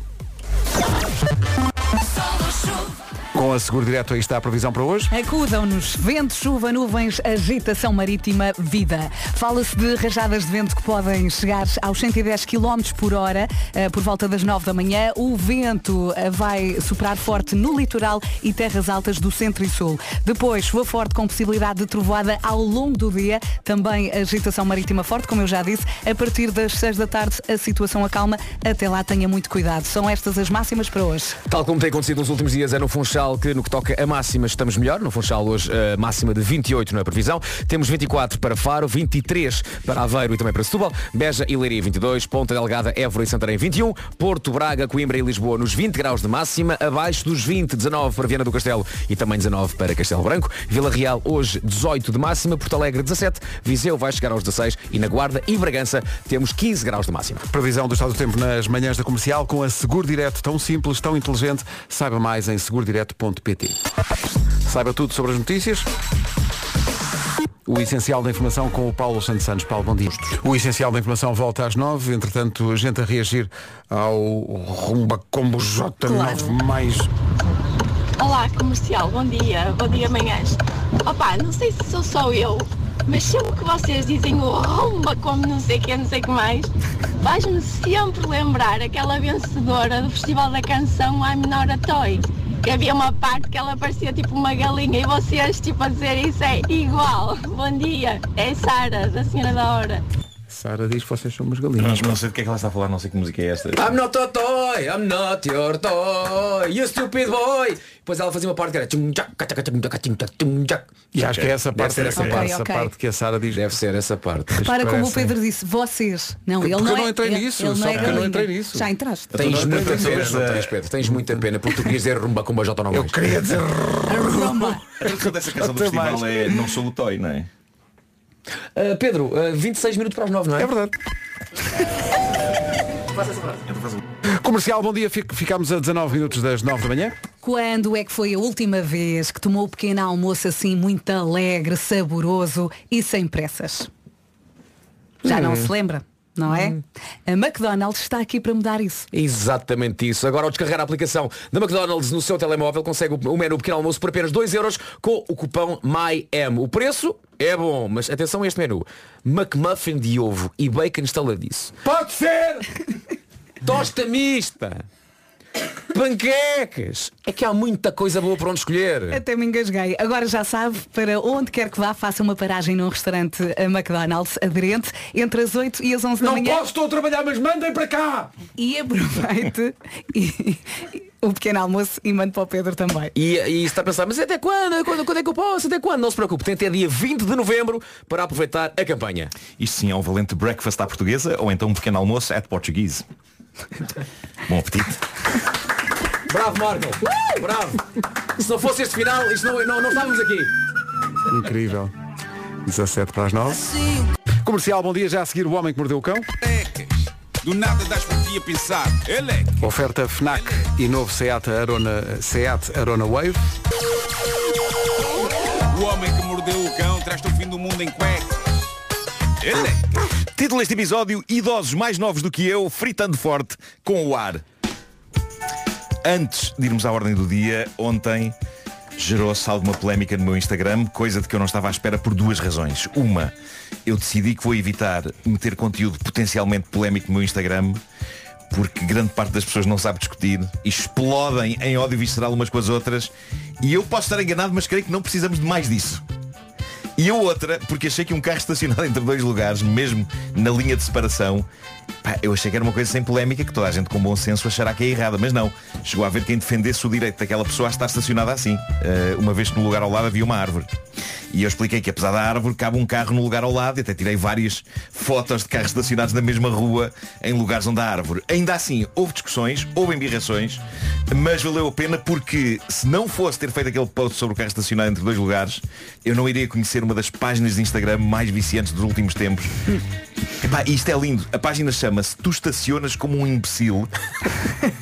S2: Com a Seguro Direto aí está a previsão para hoje.
S1: Acudam-nos. Vento, chuva, nuvens, agitação marítima, vida. Fala-se de rajadas de vento que podem chegar aos 110 km por hora eh, por volta das 9 da manhã. O vento eh, vai soprar forte no litoral e terras altas do centro e sul. Depois, chuva forte com possibilidade de trovoada ao longo do dia. Também agitação marítima forte, como eu já disse. A partir das 6 da tarde, a situação acalma. Até lá, tenha muito cuidado. São estas as máximas para hoje.
S4: Tal como tem acontecido nos últimos dias, é no Funchal que, no que toca a máximas, estamos melhor. No Funchal, hoje, a máxima de 28 não é previsão. Temos 24 para Faro, 23 para Aveiro e também para Setúbal, Beja e Leiria 22, Ponta Delgada, Évora e Santarém 21, Porto, Braga, Coimbra e Lisboa nos 20 graus de máxima, abaixo dos 20, 19 para Viana do Castelo e também 19 para Castelo Branco. Vila Real, hoje, 18 de máxima, Porto Alegre, 17, Viseu vai chegar aos 16 e na Guarda e Bragança temos 15 graus de máxima.
S2: Previsão do estado do tempo nas manhãs da comercial com a Seguro Direto, tão simples, tão inteligente. Saiba mais em segurodireto.pt. Saiba tudo sobre as notícias. O essencial da informação com o Paulo Santos Santos. Paulo, bom dia. O essencial da informação volta às nove. Entretanto, gente a reagir ao Rumba Combo J9 mais.
S15: Olá, comercial, bom dia, bom dia manhãs. Opa, não sei se sou só eu, mas sempre que vocês dizem o rumba como não sei quem, não sei que mais, faz-me sempre lembrar aquela vencedora do Festival da Canção I'm Not a Toy. Que havia uma parte que ela parecia tipo uma galinha e vocês tipo a dizer isso é igual. Bom dia, é Sara, da Senhora da Hora.
S2: Sara diz que vocês são umas galinhas.
S13: Não, não sei de que é que ela está a falar, não sei que música é esta.
S4: I'm not a toy, I'm not your toy, you stupid boy. Depois ela fazia uma parte que era tchum tchac, tchac, tchum tchac, tchum tchac, tchum tchac.
S2: E acho que é essa
S4: Deve
S2: parte,
S4: ser
S2: essa parte,
S4: essa
S1: parte.
S2: essa
S1: Ok, ok.
S2: parte que a Sara diz.
S4: Deve ser essa parte.
S1: Para como o
S2: Parecem.
S1: Pedro disse, vocês. Não, ele
S2: Porque
S1: não
S2: eu não
S1: é,
S2: entrei
S1: ele-
S2: nisso,
S1: ele
S2: só
S1: não é
S2: porque eu não
S1: galinha.
S2: entrei nisso.
S1: Já entraste.
S4: Tens
S2: Então,
S4: muita
S2: nós
S4: pena,
S2: aprendemos
S4: não
S2: a-
S4: tens Pedro, tens muita pena, porque tu querias dizer rumba com uma J não Eu
S2: queria dizer
S1: rumba.
S13: A tradução dessa canção do
S4: Até
S13: festival
S4: mais.
S13: é Não Sou o Toy, não é?
S4: Pedro, ah, 26 minutos para as 9, não é? É
S2: verdade. Comercial, bom dia. Fic- Ficámos a 19 minutos das 9 da manhã.
S1: Quando é que foi a última vez que tomou o pequeno almoço assim muito alegre, saboroso e sem pressas? Já não
S4: Hum.
S1: se lembra, não é?
S2: Hum.
S1: A McDonald's está aqui para mudar isso.
S4: Exatamente isso. Agora, ao descarregar a aplicação da McDonald's no seu telemóvel, consegue o menu pequeno almoço por apenas 2 euros com o cupão MyM. O preço é bom, mas atenção a este menu. McMuffin de ovo e bacon estaladiço. Pode ser! Tosta mista! Panquecas! É que há muita coisa boa para onde escolher.
S1: Até me engasguei. Agora já sabe, para onde quer que vá, faça uma paragem num restaurante a McDonald's aderente entre as 8 e as 11 da manhã.
S4: estou a trabalhar, mas mandem para cá!
S1: E aproveite e, o pequeno almoço e mando para o Pedro também.
S4: E, e está a pensar, mas até quando? quando? Quando é que eu posso? Até quando? Não se preocupe, tem até dia 20 de novembro para aproveitar a campanha.
S13: Isto sim é um valente breakfast à portuguesa ou então um pequeno almoço at portuguese. Bom apetite.
S4: Bravo, Marco! Bravo! Uh! Se não fosse este final, isto não, não, não estávamos aqui.
S2: Incrível. 17 para as 9. Comercial, bom dia. Já a seguir o homem que mordeu o cão.
S16: Do nada das por ti a pensar. Ele é
S2: Oferta FNAC e novo Seat Arona, Seat Arona Wave.
S16: que- o homem que mordeu o cão, traz-te o fim do mundo em cueca. Ele é
S13: Título deste episódio, idosos mais novos do que eu, fritando forte com o ar. Antes de irmos à ordem do dia, ontem gerou-se alguma polémica no meu Instagram, coisa de que eu não estava à espera por duas razões. Uma, eu decidi que vou evitar meter conteúdo potencialmente polémico no meu Instagram, porque grande parte das pessoas não sabe discutir, explodem em ódio visceral umas com as outras, e eu posso estar enganado, mas creio que não precisamos de mais disso. E a outra, porque achei que um carro estacionado entre dois lugares, mesmo na linha de separação, pá, eu achei que era uma coisa sem polémica, que toda a gente com bom senso achará que é errada, mas não. Chegou a haver quem defendesse o direito daquela pessoa a estar estacionada assim, eh, uma vez que no lugar ao lado havia uma árvore. E eu expliquei que apesar da árvore cabe um carro no lugar ao lado e até tirei várias fotos de carros estacionados na mesma rua em lugares onde há árvore. Ainda assim, houve discussões, houve embirrações, mas valeu a pena porque se não fosse ter feito aquele post sobre o carro estacionado entre dois lugares, eu não iria conhecer uma das páginas de Instagram mais viciantes dos últimos tempos. Epá, isto é lindo. A página chama-se Tu Estacionas como um imbecil.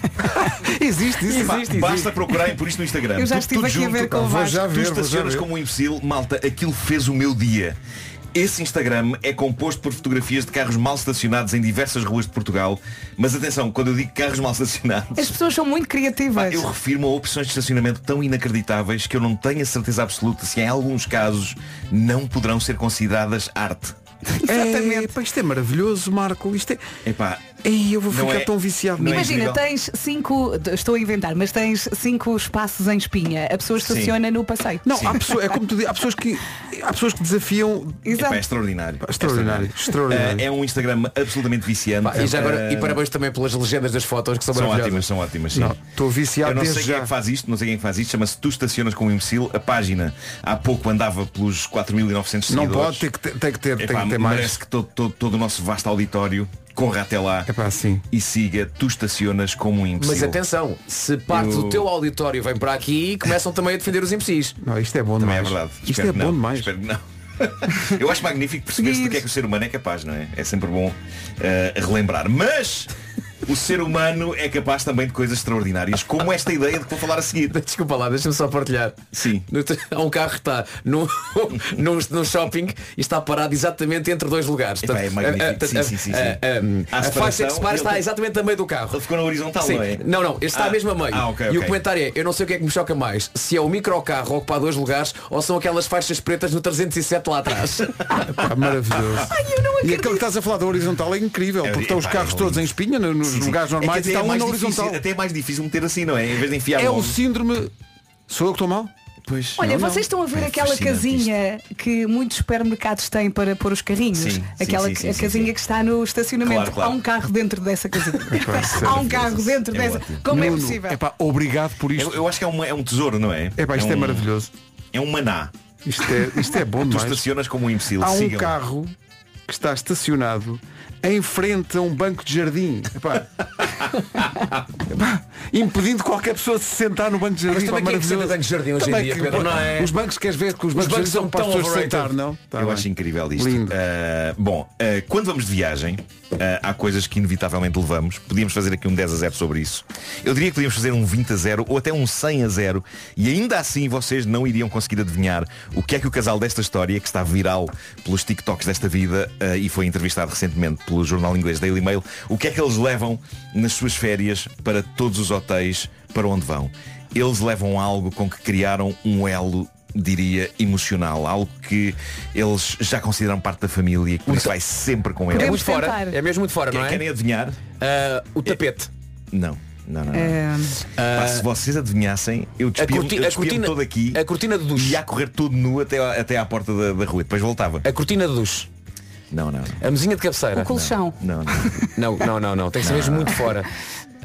S2: existe
S13: isso. Epá,
S2: Existe,
S13: Basta
S2: existe.
S13: procurarem por isto no Instagram.
S1: Eu já
S13: Tu-
S1: estive
S13: tudo
S1: aqui a
S13: junto,
S1: ver com o
S13: pá.
S1: Vou Vasco. já
S13: Tu
S2: ver, vou já
S13: estacionas
S2: ver.
S13: como um imbecil, malta, aquilo fez o meu dia. Esse Instagram é composto por fotografias de carros mal estacionados em diversas ruas de Portugal. Mas atenção, quando eu digo carros mal estacionados,
S1: As pessoas são muito criativas.
S13: eu refirmo a opções de estacionamento tão inacreditáveis que eu não tenho a certeza absoluta se em alguns casos não poderão ser consideradas arte.
S2: Exatamente. Epá, isto é maravilhoso, Marco. Isto é...
S13: Epá,
S2: Ei, eu vou
S13: Não
S2: ficar
S13: é-
S2: tão viciado
S13: não é
S2: nisto.
S1: Imagina,
S13: incrível?
S1: tens cinco, estou a inventar, mas tens cinco espaços em espinha. A pessoa
S13: Sim.
S1: estaciona no passeio.
S2: Não, há pessoas, é como tu dizes, há pessoas que, há pessoas que desafiam.
S1: Exato.
S13: Epá, é extraordinário.
S2: Extraordinário, extraordinário.
S13: Eh, é um Instagram absolutamente viciante.
S4: E, já agora,
S13: Eh,
S4: e parabéns também pelas legendas das fotos que são,
S13: São
S4: maravilhosas.
S13: ótimas, são ótimas, sim.
S2: Não, estou viciado
S13: assim. Eu não sei
S2: desde
S13: quem é
S2: já.
S13: que faz isto, não sei quem faz isto, chama-se Tu Estacionas como um Imbecil. A página há pouco andava pelos 4.900 seguidores.
S2: Não pode, tem que ter, tem que ter, tem
S13: Epá,
S2: que ter
S13: Merece
S2: mais.
S13: que todo, todo- todo o nosso vasto auditório corra até lá e siga Tu Estacionas como um Imbecil.
S4: Mas atenção, se parte
S13: Eu-
S4: do teu auditório vem para aqui, começam também a defender os imbecis.
S2: Não, isto é bom
S13: Também
S2: demais.
S13: é verdade.
S2: Isto
S13: Espero
S2: é
S13: que
S2: bom
S13: não.
S2: demais.
S13: Espero que não. Eu acho magnífico perceber-se do que é que o ser humano é capaz, não é? É sempre bom eh, relembrar. Mas o ser humano é capaz também de coisas extraordinárias, como esta ideia de que vou falar a seguir.
S4: Desculpa lá, deixa-me só partilhar.
S13: Sim.
S4: No- Há um carro que está num, num, num shopping e está parado exatamente entre dois lugares.
S13: Epá, é magnífico.
S4: a- a-
S13: Sim, sim, sim, sim.
S4: a- a-
S13: Há
S4: a faixa
S13: separação
S4: que separa
S13: e
S4: está
S13: ele-
S4: exatamente a meio do carro. Ele
S13: ficou na horizontal, não é?
S4: Não, não, este está
S13: Ah,
S4: mesmo a meio.
S13: ah, ok,
S4: E o
S13: ok.
S4: comentário é, eu não sei o que é que me choca mais, se é o microcarro a ocupar dois lugares ou são aquelas faixas pretas no 307 lá atrás. É
S2: Pá, maravilhoso. e aquele que estás a falar da horizontal é incrível, porque estão os
S13: epá,
S2: carros
S13: é
S2: todos
S13: lindo.
S2: em espinha no- nos
S13: Sim, sim.
S2: lugares
S13: É que
S2: normais
S13: até
S2: e está
S13: é
S2: um
S13: mais
S2: na
S13: difícil-
S2: horizontal.
S13: Até é mais difícil meter assim, não é? Em vez de enfiar
S2: É
S13: logo.
S2: o síndrome. Sou eu que estou mal?
S13: Pois.
S1: Olha, vocês estão a
S13: é
S1: ver
S2: É
S1: aquela casinha que muitos supermercados têm para pôr os carrinhos?
S13: Sim, sim,
S1: aquela
S13: sim, sim,
S1: a
S13: sim,
S1: casinha
S13: sim.
S1: que está no estacionamento.
S13: Claro, claro.
S1: Há um carro dentro dessa casinha.
S13: isso é
S1: Há um carro dentro
S13: É
S1: dessa.
S13: ótimo.
S1: Como é
S13: Nuno,
S1: possível?
S2: Epá, obrigado por isto.
S13: Eu, eu acho que é, uma- é um tesouro, não é?
S2: Epá, isto é
S13: um-
S2: maravilhoso.
S13: É um maná.
S2: Isto é, isto é bom
S13: Tu
S2: demais.
S13: estacionas como um imbecil.
S2: Há um
S13: sigam.
S2: carro que está estacionado em frente a um banco de jardim. Epá. Epá, Impedindo qualquer pessoa de se sentar no banco de jardim.
S4: Mas também
S2: Pá,
S4: quem é que se
S2: maravilhoso.
S4: senta em banco de jardim hoje em
S2: Também
S4: dia,
S2: que-
S4: Pedro, não é?
S2: Os bancos, queres ver que os
S4: Os
S2: bancos, de jardim
S4: bancos
S2: são
S4: são
S2: para as
S4: tão
S2: pessoas
S4: overrated.
S2: sentar, não? Tá
S13: eu
S2: bem.
S13: acho incrível isto. Uh, bom, uh, quando vamos de viagem, uh, há coisas que inevitavelmente levamos. Podíamos fazer aqui um 10 a 0 sobre isso. Eu diria que podíamos fazer um 20 a 0 ou até um 100 a 0 e ainda assim vocês não iriam conseguir adivinhar o que é que o casal desta história, que está viral pelos TikToks desta vida uh, e foi entrevistado recentemente pelo jornal inglês Daily Mail, o que é que eles levam nas suas férias para todos os hotéis para onde vão. Eles levam algo com que criaram um elo diria, emocional. Algo que eles já consideram parte da família e que por isso vai sempre com eles.
S4: É muito fora. É mesmo muito fora,
S13: Quem-
S4: não é? Ah,
S13: Querem adivinhar? É,
S4: o tapete.
S13: Não. Não, não, não.
S1: Ah,
S4: É.
S13: Pá, se vocês adivinhassem, eu
S4: A,
S13: despia-me
S4: corti-
S13: eu
S4: a
S13: despia-me
S4: cortina
S13: todo aqui
S4: A cortina de duche.
S13: e ia correr todo nu até, à- até à porta da, da rua. Depois voltava.
S4: A cortina de duche.
S13: Não, não. não.
S4: A mesinha de cabeceira.
S1: O colchão.
S13: Não, não.
S4: Não, não, não, não. Tem que ser
S13: Não,
S4: mesmo
S13: não.
S4: muito fora.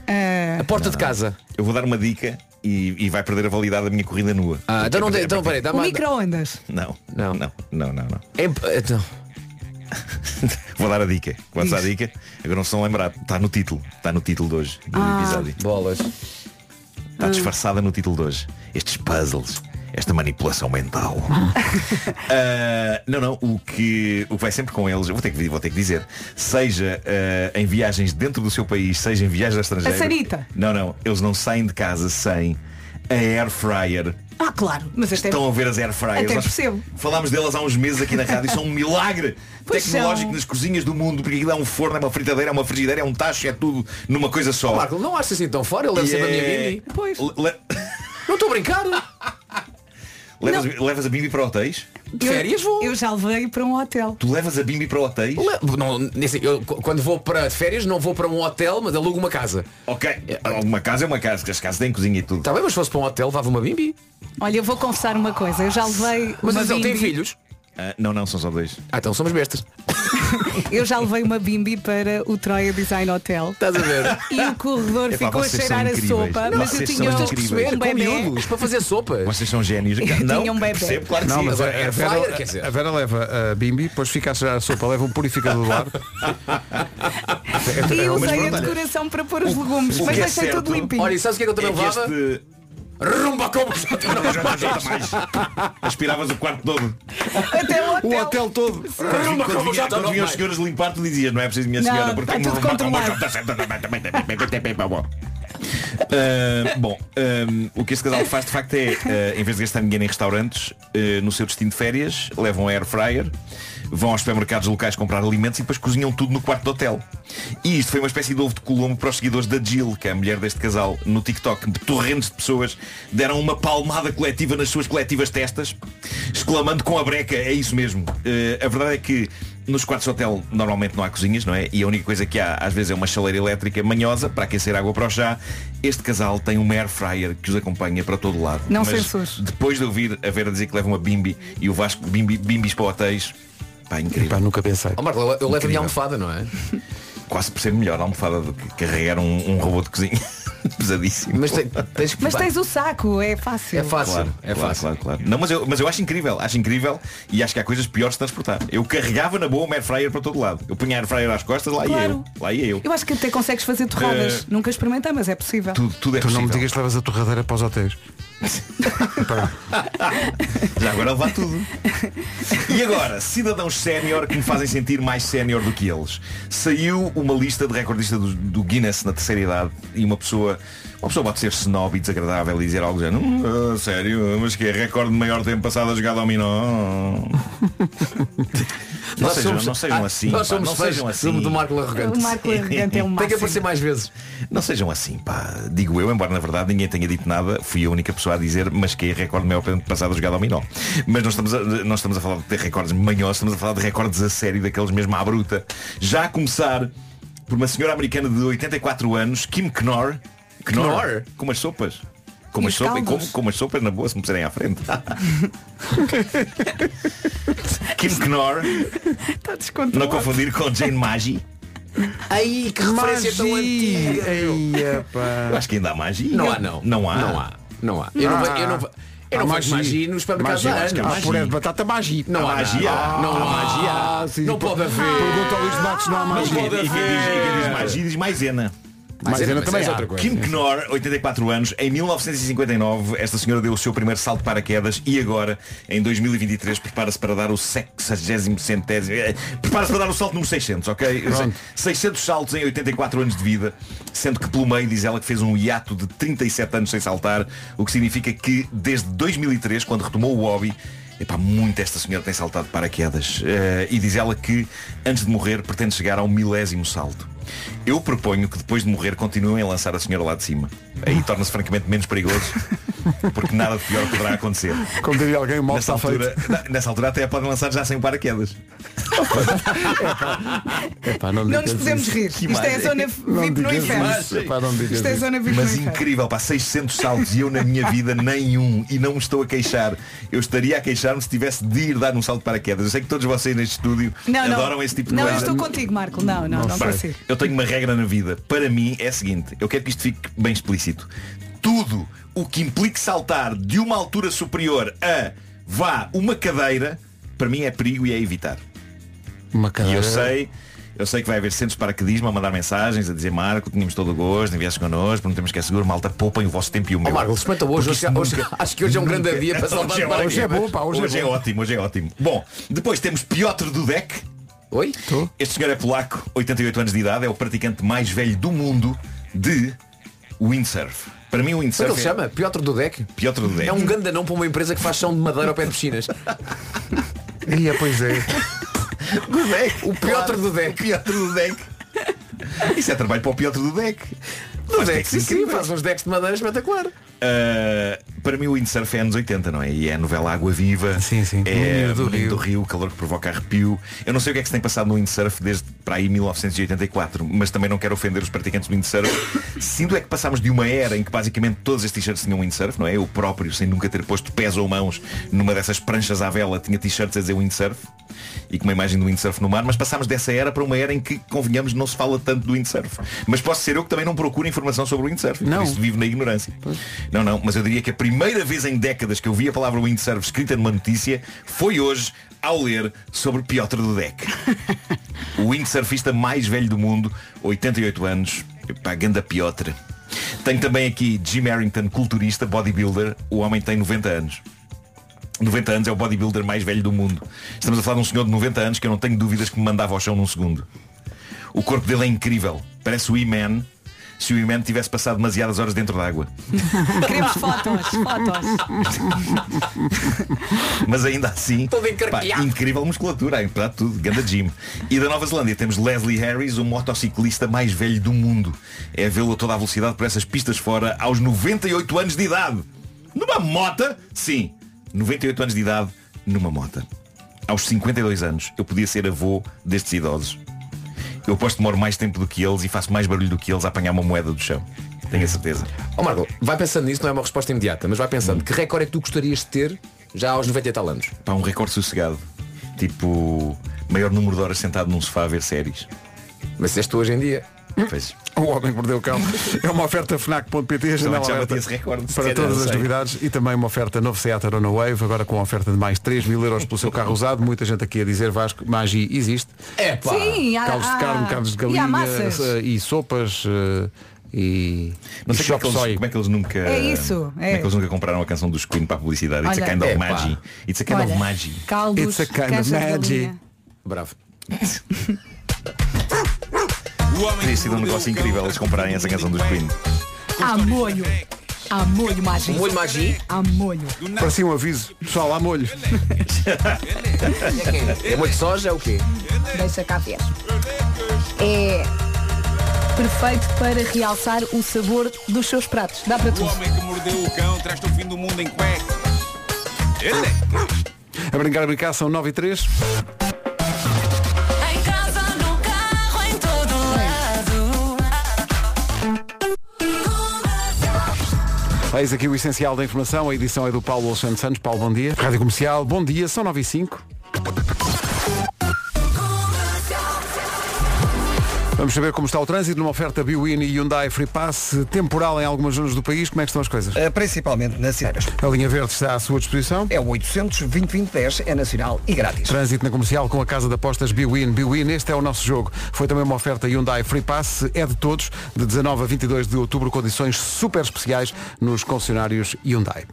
S1: Ah,
S13: A porta de casa. Eu vou dar uma dica e, e vai perder a validade da minha corrida nua.
S4: Ah, então não dê- então peraí, dá
S1: O micro-ondas.
S13: Não, não, não, não, não, não.
S4: então,
S13: Vou dar a dica. Quanto dar a dica? Agora não se vão lembrar. Está no título. Está no título de hoje. Do
S1: Ah.
S13: episódio. Bolas. Está disfarçada no título de hoje. Estes puzzles. Esta manipulação mental. Ah, não, não, o que, o que vai sempre com eles, eu vou ter que, vou ter que dizer, seja ah, em viagens dentro do seu país, seja em viagens ao estrangeiro.
S1: A Sarita.
S13: Não, não, eles não saem de casa sem a air fryer.
S1: Ah, claro. Mas este é...
S13: Estão a ver as air fryers.
S1: Até
S13: Nós
S1: percebo.
S13: Falámos delas há uns meses aqui na rádio. São um milagre
S1: Pois
S13: tecnológico
S1: são.
S13: nas cozinhas do mundo, porque aquilo é um forno, é uma fritadeira, é uma frigideira, é um tacho, é tudo numa coisa só.
S4: Marco, não achas assim tão fora? Eu levo
S13: E
S4: sempre a minha
S13: é-
S4: Bimbi.
S1: Pois.
S13: Le-
S4: Não estou a brincar.
S13: Levas, levas a bimbi para hotéis?
S1: Eu- Eu já levei para um hotel.
S13: Tu levas a bimbi para hotéis?
S4: Le- é- Não, nem sei, eu, qu- quando vou para de férias não vou para um hotel, mas alugo uma casa.
S13: Ok, uma casa é uma casa, porque as casas têm cozinha e tudo.
S4: Está bem, mas se fosse para um hotel levava uma bimbi.
S1: Olha, eu vou confessar uma coisa. Eu já levei
S4: Mas
S1: uma
S4: eles não têm
S1: bimbi.
S4: filhos.
S13: Ah, não, não, são só dois.
S4: Ah, então somos bestas.
S1: Eu já levei uma bimbi para o Troia Design Hotel.
S4: Estás a ver?
S1: E o corredor
S13: Epá,
S1: ficou a
S13: vocês
S1: cheirar
S13: são
S1: a
S13: incríveis.
S1: sopa, mas eu
S13: Vocês
S1: tinha
S13: são
S1: um
S13: incríveis.
S1: bebê.
S4: Miúdos, para fazer sopas.
S13: Vocês são génios.
S1: Eu
S13: não,
S1: tinha um bebê.
S13: percebo, claro que
S2: Não,
S13: sim.
S2: mas a,
S13: Agora,
S4: é
S2: a
S13: air
S2: Vera,
S13: fryer, quer dizer.
S2: a Vera leva a bimbi, depois fica a cheirar a sopa, leva um purificador do lado.
S1: E
S2: Mas
S1: usei a
S2: pronto, olha,
S1: decoração para pôr os legumes,
S2: o
S1: mas
S2: que é
S1: deixei tudo
S2: certo-
S1: limpinho.
S4: Olha, e sabes o que é que eu também
S13: É que
S4: levava?
S13: este-
S4: Rumba como
S13: mais. Aspiravas o quarto todo.
S1: Até o
S2: hotel. todo.
S13: Quando, quando, vinha, quando vinham os
S4: mais.
S13: senhores limpar, tu dizias, não é preciso minha
S1: Não,
S13: senhora, porque
S1: está
S13: tenho
S1: tudo
S13: um barco- um
S1: controlado.
S13: barco- Ah, bom, ah, o que este casal faz de facto é, ah, em vez de gastar dinheiro em restaurantes, ah, no seu destino de férias, levam a air fryer, vão aos supermercados locais comprar alimentos e depois cozinham tudo no quarto do hotel. E isto foi uma espécie de ovo de colombo para os seguidores da Jill, que é a mulher deste casal, no TikTok. Torrentes de pessoas deram uma palmada coletiva nas suas coletivas testas, exclamando com a breca, é isso mesmo. Ah, a verdade é que nos quartos de hotel normalmente não há cozinhas, não é? E a única coisa que há às vezes é uma chaleira elétrica manhosa para aquecer água para o chá. Este casal tem um air fryer que os acompanha para todo lado.
S1: Não
S13: Mas
S1: censures.
S13: Depois de ouvir a Vera dizer que leva uma bimbi e o Vasco bimbi, bimbis para hotéis, pá, incrível.
S2: nunca pensei.
S4: Ó Oh, Marco, eu, eu levo a minha
S13: Incrível.
S4: almofada, não é?
S13: Quase por ser melhor a almofada do que carregar um, um robô de cozinha. Pesadíssimo.
S4: Mas tem- tens
S1: Mas tens o saco, é fácil.
S13: Claro, é fácil. Claro, claro. Não, mas eu, mas eu acho incrível, acho incrível e acho que há coisas piores de transportar. Eu carregava na boa uma air fryer para todo lado. Eu punha a air fryer às costas, lá ia
S1: Claro.
S13: eu. Lá ia eu.
S1: Eu acho que até consegues fazer torradas.
S13: Eh,
S1: Nunca experimentei, mas é possível.
S13: Tudo, tudo é
S2: tu não me
S13: possível.
S2: digas que levas a torradeira para os hotéis.
S13: Já agora levar tudo. E agora, cidadãos sénior que me fazem sentir mais sénior do que eles. Saiu uma lista de recordista do, do Guinness na terceira idade e uma pessoa. Uma pessoa pode ser snob e desagradável e dizer algo do género, "Hum, ah, sério, mas que é recorde de maior tempo passado a jogar dominó. não,
S4: Nós
S13: sejam,
S4: somos-
S13: não sejam
S4: Ah,
S13: assim,
S4: nós
S13: pá,
S4: somos
S13: não sejam
S4: fãs
S13: assim.
S4: do Marco Arrogante.
S1: O Marco Arrogante é o
S4: Tem que
S1: máximo.
S4: aparecer mais vezes.
S13: Não sejam assim, pá. Digo eu, embora na verdade ninguém tenha dito nada, fui a única pessoa a dizer, mas que é recorde maior tempo passado jogado ao Minó. Mas não estamos, a, não estamos a falar de recordes manhosos, estamos a falar de recordes a sério, daqueles mesmo à bruta. Já a começar por uma senhora americana de 84 anos, Kim Knorr.
S4: Knorr?
S13: Com umas sopas. Com
S1: E
S13: umas
S1: os
S13: sopas, e
S1: caldos?
S13: com, com umas sopas na boa, se me puserem à frente. Kim Knorr,
S1: Está
S13: não
S1: descontrolado.
S13: confundir com Jane Maggi.
S4: Aí, que referência tão antiga.
S13: Eu acho que ainda há Maggi.
S4: Não há, não.
S13: Não há.
S4: Não há. Não há. Eu não, ve- eu não, ve- eu não vejo magia nos supermercados há anos.
S2: Ah, puré de batata magia.
S4: Não há
S13: magia.
S4: nada. Não há magia.
S2: sim,
S4: Não pode haver.
S2: Pergunta ao Luís de Matos, não há
S13: E
S4: É.
S13: quem
S2: magia.
S13: diz, e quem diz- e quem diz magia diz maisena.
S2: Mas ainda
S4: mas
S2: também
S4: é
S2: há.
S4: outra coisa.
S13: Kim Knorr, 84 anos, em 1959 esta senhora deu o seu primeiro salto de paraquedas e agora, em 2023, prepara-se para dar o 60 centésimo. eh, Prepara-se para dar o salto número 600, ok?
S2: Pronto.
S13: 600 saltos em 84 anos de vida, sendo que pelo meio diz ela que fez um hiato de 37 anos sem saltar, o que significa que desde 2003, quando retomou o hobby, Epá, muito esta senhora tem saltado de paraquedas Eh, E diz ela que antes de morrer pretende chegar ao milésimo salto Eu proponho que depois de morrer continuem a lançar a senhora lá de cima Aí torna-se francamente menos perigoso Porque nada de pior poderá acontecer
S2: Como diria alguém, o mal
S13: nessa
S2: está
S13: altura,
S2: feito.
S13: nessa altura até a podem lançar já sem paraquedas
S1: não nos podemos rir. Isto é a zona VIP no inferno. Isto é a zona VIP no
S13: Mas
S1: inferno.
S13: incrível, pá, 600 saltos e eu na minha vida nenhum. E não me estou a queixar. Eu estaria a queixar-me se tivesse de ir dar um salto de paraquedas. Eu sei que todos vocês neste estúdio
S1: Não, não.
S13: adoram esse tipo de
S1: não, eu
S13: coisa.
S1: estou contigo, Marco. Não, não, não,
S13: Pá,
S1: consigo.
S13: Eu tenho uma regra na vida. Para mim é a seguinte. Eu quero que isto fique bem explícito. Tudo o que implique saltar de uma altura superior a vá uma cadeira, para mim é perigo e é evitar.
S2: Uma
S13: E
S2: cadeira.
S4: Ah.
S13: eu sei, eu sei que vai haver centros de paraquedismo a mandar mensagens, a dizer Marco, tínhamos todo o gosto, enviaste connosco, prometemos que é seguro, malta, poupem o vosso tempo e o meu.
S4: Oh, Marco, espanta hoje,
S13: Porque isto
S4: hoje-
S13: nunca-
S4: acho que hoje é um grande dia para salvar
S13: Hoje é,
S4: paraquedas.
S13: ótimo.
S4: Hoje é bom, pá, hoje é
S13: Hoje é
S4: bom.
S13: ótimo, hoje é ótimo. Bom, depois temos Piotr Dudek.
S4: Oi?
S13: Este senhor é polaco, 88 anos de idade, é o praticante mais velho do mundo de windsurf. Para mim o
S4: Como é que
S13: windsurf
S4: ele se
S13: é-
S4: chama? Piotr Dudek?
S13: Piotr Dudek.
S4: É um grande anão para uma empresa que faz chão de madeira ao pé de piscinas.
S2: Ia, pois é.
S13: Dudek. O Piotr Dudek. Piotr Dudek. Isso é trabalho para o Piotr Dudek. é
S4: Dudek, sim, sim,
S13: incríveis.
S4: faz uns decks de madeira espetacular.
S13: Uh, para mim o windsurf é anos 80, não é? E é a novela Água Viva. Sim, sim. É
S2: Menino
S13: o
S2: do
S13: Menino do Rio, o calor que provoca arrepio. Eu não sei o que é que se tem passado no windsurf desde para aí 1984, mas também não quero ofender os praticantes do windsurf. Sinto é que passámos de uma era em que basicamente todas as t-shirts tinham windsurf, não é? Eu próprio, sem nunca ter posto pés ou mãos numa dessas pranchas à vela, tinha t-shirts a dizer windsurf e com uma imagem do windsurf no mar, mas passámos dessa era para uma era em que, convenhamos, não se fala tanto do windsurf. Mas posso ser eu que também não procuro informação sobre o windsurf. Não. Por isso vivo na ignorância. Não, não, mas eu diria que a primeira vez em décadas que eu vi a palavra windsurf escrita numa notícia foi hoje ao ler sobre Piotr Dudek. o windsurfista mais velho do mundo, 88 anos, para ganda Piotr. Tenho também aqui Jim Harrington, culturista, bodybuilder. O homem tem 90 anos. 90 anos é o bodybuilder mais velho do mundo. Estamos a falar de um senhor de 90 anos que eu não tenho dúvidas que me mandava ao chão num segundo. O corpo dele é incrível. Parece o E-Man se o E-Man tivesse passado demasiadas horas dentro d'água.
S1: Queremos fotos, fotos.
S13: Mas ainda assim, pá, incrível musculatura, apesar de tudo, ganda Jim. E da Nova Zelândia temos Leslie Harris, o motociclista mais velho do mundo. É vê-lo a toda a velocidade por essas pistas fora aos 98 anos de idade. Numa mota? Sim, 98 anos de idade numa mota. Aos 52 anos, eu podia ser avô destes idosos. Eu aposto que demoro mais tempo do que eles e faço mais barulho do que eles a apanhar uma moeda do chão. Tenho a certeza.
S4: Ó Marco, vai pensando nisso, não é uma resposta imediata, mas vai pensando, que recorde é que tu gostarias de ter já aos 90 e tal anos?
S13: Pá, um recorde sossegado. Tipo, maior número de horas sentado num sofá a ver séries.
S4: Mas és tu hoje em dia.
S13: Pois.
S2: O um homem que perdeu o cão. É uma oferta fnac.pt, janela
S13: Também Então, já
S2: aberta
S13: bati esse recorde, se
S2: para
S13: calhar,
S2: todas
S13: não
S2: as
S13: sei.
S2: novidades e também uma oferta novo Seat Arona Wave, agora com uma oferta de mais 3 mil euros pelo seu carro usado. Muita gente aqui a dizer Vasco, Magi existe.
S1: É pá. Sim, há-
S2: Caldos de
S1: há-
S2: carne, carnes de
S1: e há
S2: galinha
S1: massas.
S2: eh, e sopas eh, e. e
S13: Não sei como é, que
S2: chop
S13: eles,
S2: soy.
S13: como é que eles nunca.
S1: É isso,
S13: Como
S1: é.
S13: é que eles nunca compraram a canção dos Queen para a publicidade? It's a
S1: Olha.
S13: kind of
S1: Epá.
S13: magic. It's a kind of
S1: Olha,
S13: magic.
S1: caldos, It's a kind of caixas de magic. galinha.
S13: Bravo. Teria sido um negócio incrível eles comprarem essa canção dos Queen.
S1: Há molho. Há molho magia.
S13: Molho magi?
S1: Há molho.
S2: Parecia um aviso. Pessoal, há molho.
S4: É molho de soja, é o quê?
S1: Deixa cá ver. É perfeito para realçar o sabor dos seus pratos. Dá para
S16: O
S1: tudo.
S16: Um homem que mordeu o cão traz-te o fim do mundo em cueca. Ele é
S2: A brincar, a brincar, são 9 e 3.
S17: Em casa, no carro, em todo lado.
S2: Eis aqui o essencial da informação. A edição é do Paulo Alexandre Santos. Paulo, bom dia. Rádio Comercial, bom dia. São 9 e 5. Vamos saber como está o trânsito numa oferta Biwin e Hyundai Free Pass temporal em algumas zonas do país. Como é que estão as coisas?
S8: Uh, principalmente nas cidades.
S2: A linha verde está à sua disposição.
S8: É o 800 2010 é nacional e grátis.
S2: Trânsito na comercial com a casa de apostas Biwin. Biwin, este é o nosso jogo. Foi também uma oferta Hyundai Free Pass. É de todos, de 19 a 22 de outubro, condições super especiais nos concessionários Hyundai.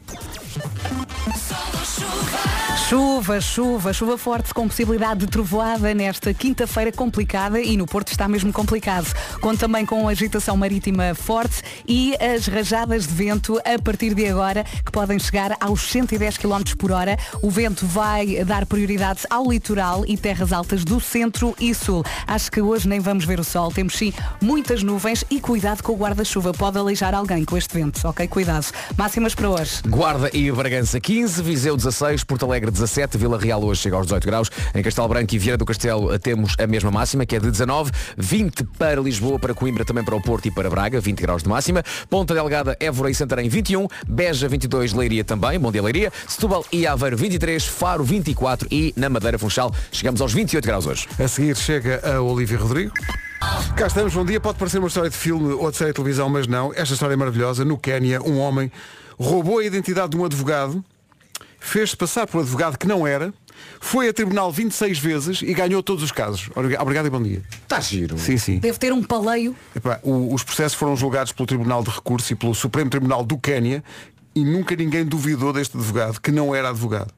S1: Chuva, chuva, chuva forte com possibilidade de trovoada nesta quinta-feira complicada e no Porto está mesmo complicado. Conto também com agitação marítima forte e as rajadas de vento a partir de agora que podem chegar aos 110 km por hora. O vento vai dar prioridade ao litoral e terras altas do centro e sul. Acho que hoje nem vamos ver o sol. Temos sim muitas nuvens e cuidado com o guarda-chuva. Pode aleijar alguém com este vento, ok? Cuidado. Máximas para hoje.
S4: Guarda e Bragança 15, Viseu 16, Porto Alegre 17, Vila Real hoje chega aos 18 graus, em Castelo Branco e Vieira do Castelo eh, temos a mesma máxima, que é de 19, 20 para Lisboa, para Coimbra, também para o Porto e para Braga, 20 graus de máxima, Ponta Delgada, Évora e Santarém 21, Beja 22, Leiria também, bom dia Leiria, Setúbal e Aveiro 23, Faro 24 e na Madeira Funchal chegamos aos 28 graus hoje.
S2: A seguir chega a Olivia Rodrigo. Cá estamos, bom dia. Pode parecer uma história de filme ou de série de televisão, mas não. Esta história é maravilhosa. No Quénia, um homem roubou a identidade de um advogado, fez-se passar por um advogado que não era, foi a tribunal 26 vezes e ganhou todos os casos. Obriga- Obrigado e bom dia.
S4: Está Tá giro.
S2: Sim, sim.
S1: Deve ter um paleio.
S2: Epá, o- os processos foram julgados pelo Tribunal de Recurso e pelo Supremo Tribunal do Quénia e nunca ninguém duvidou deste advogado, que não era advogado.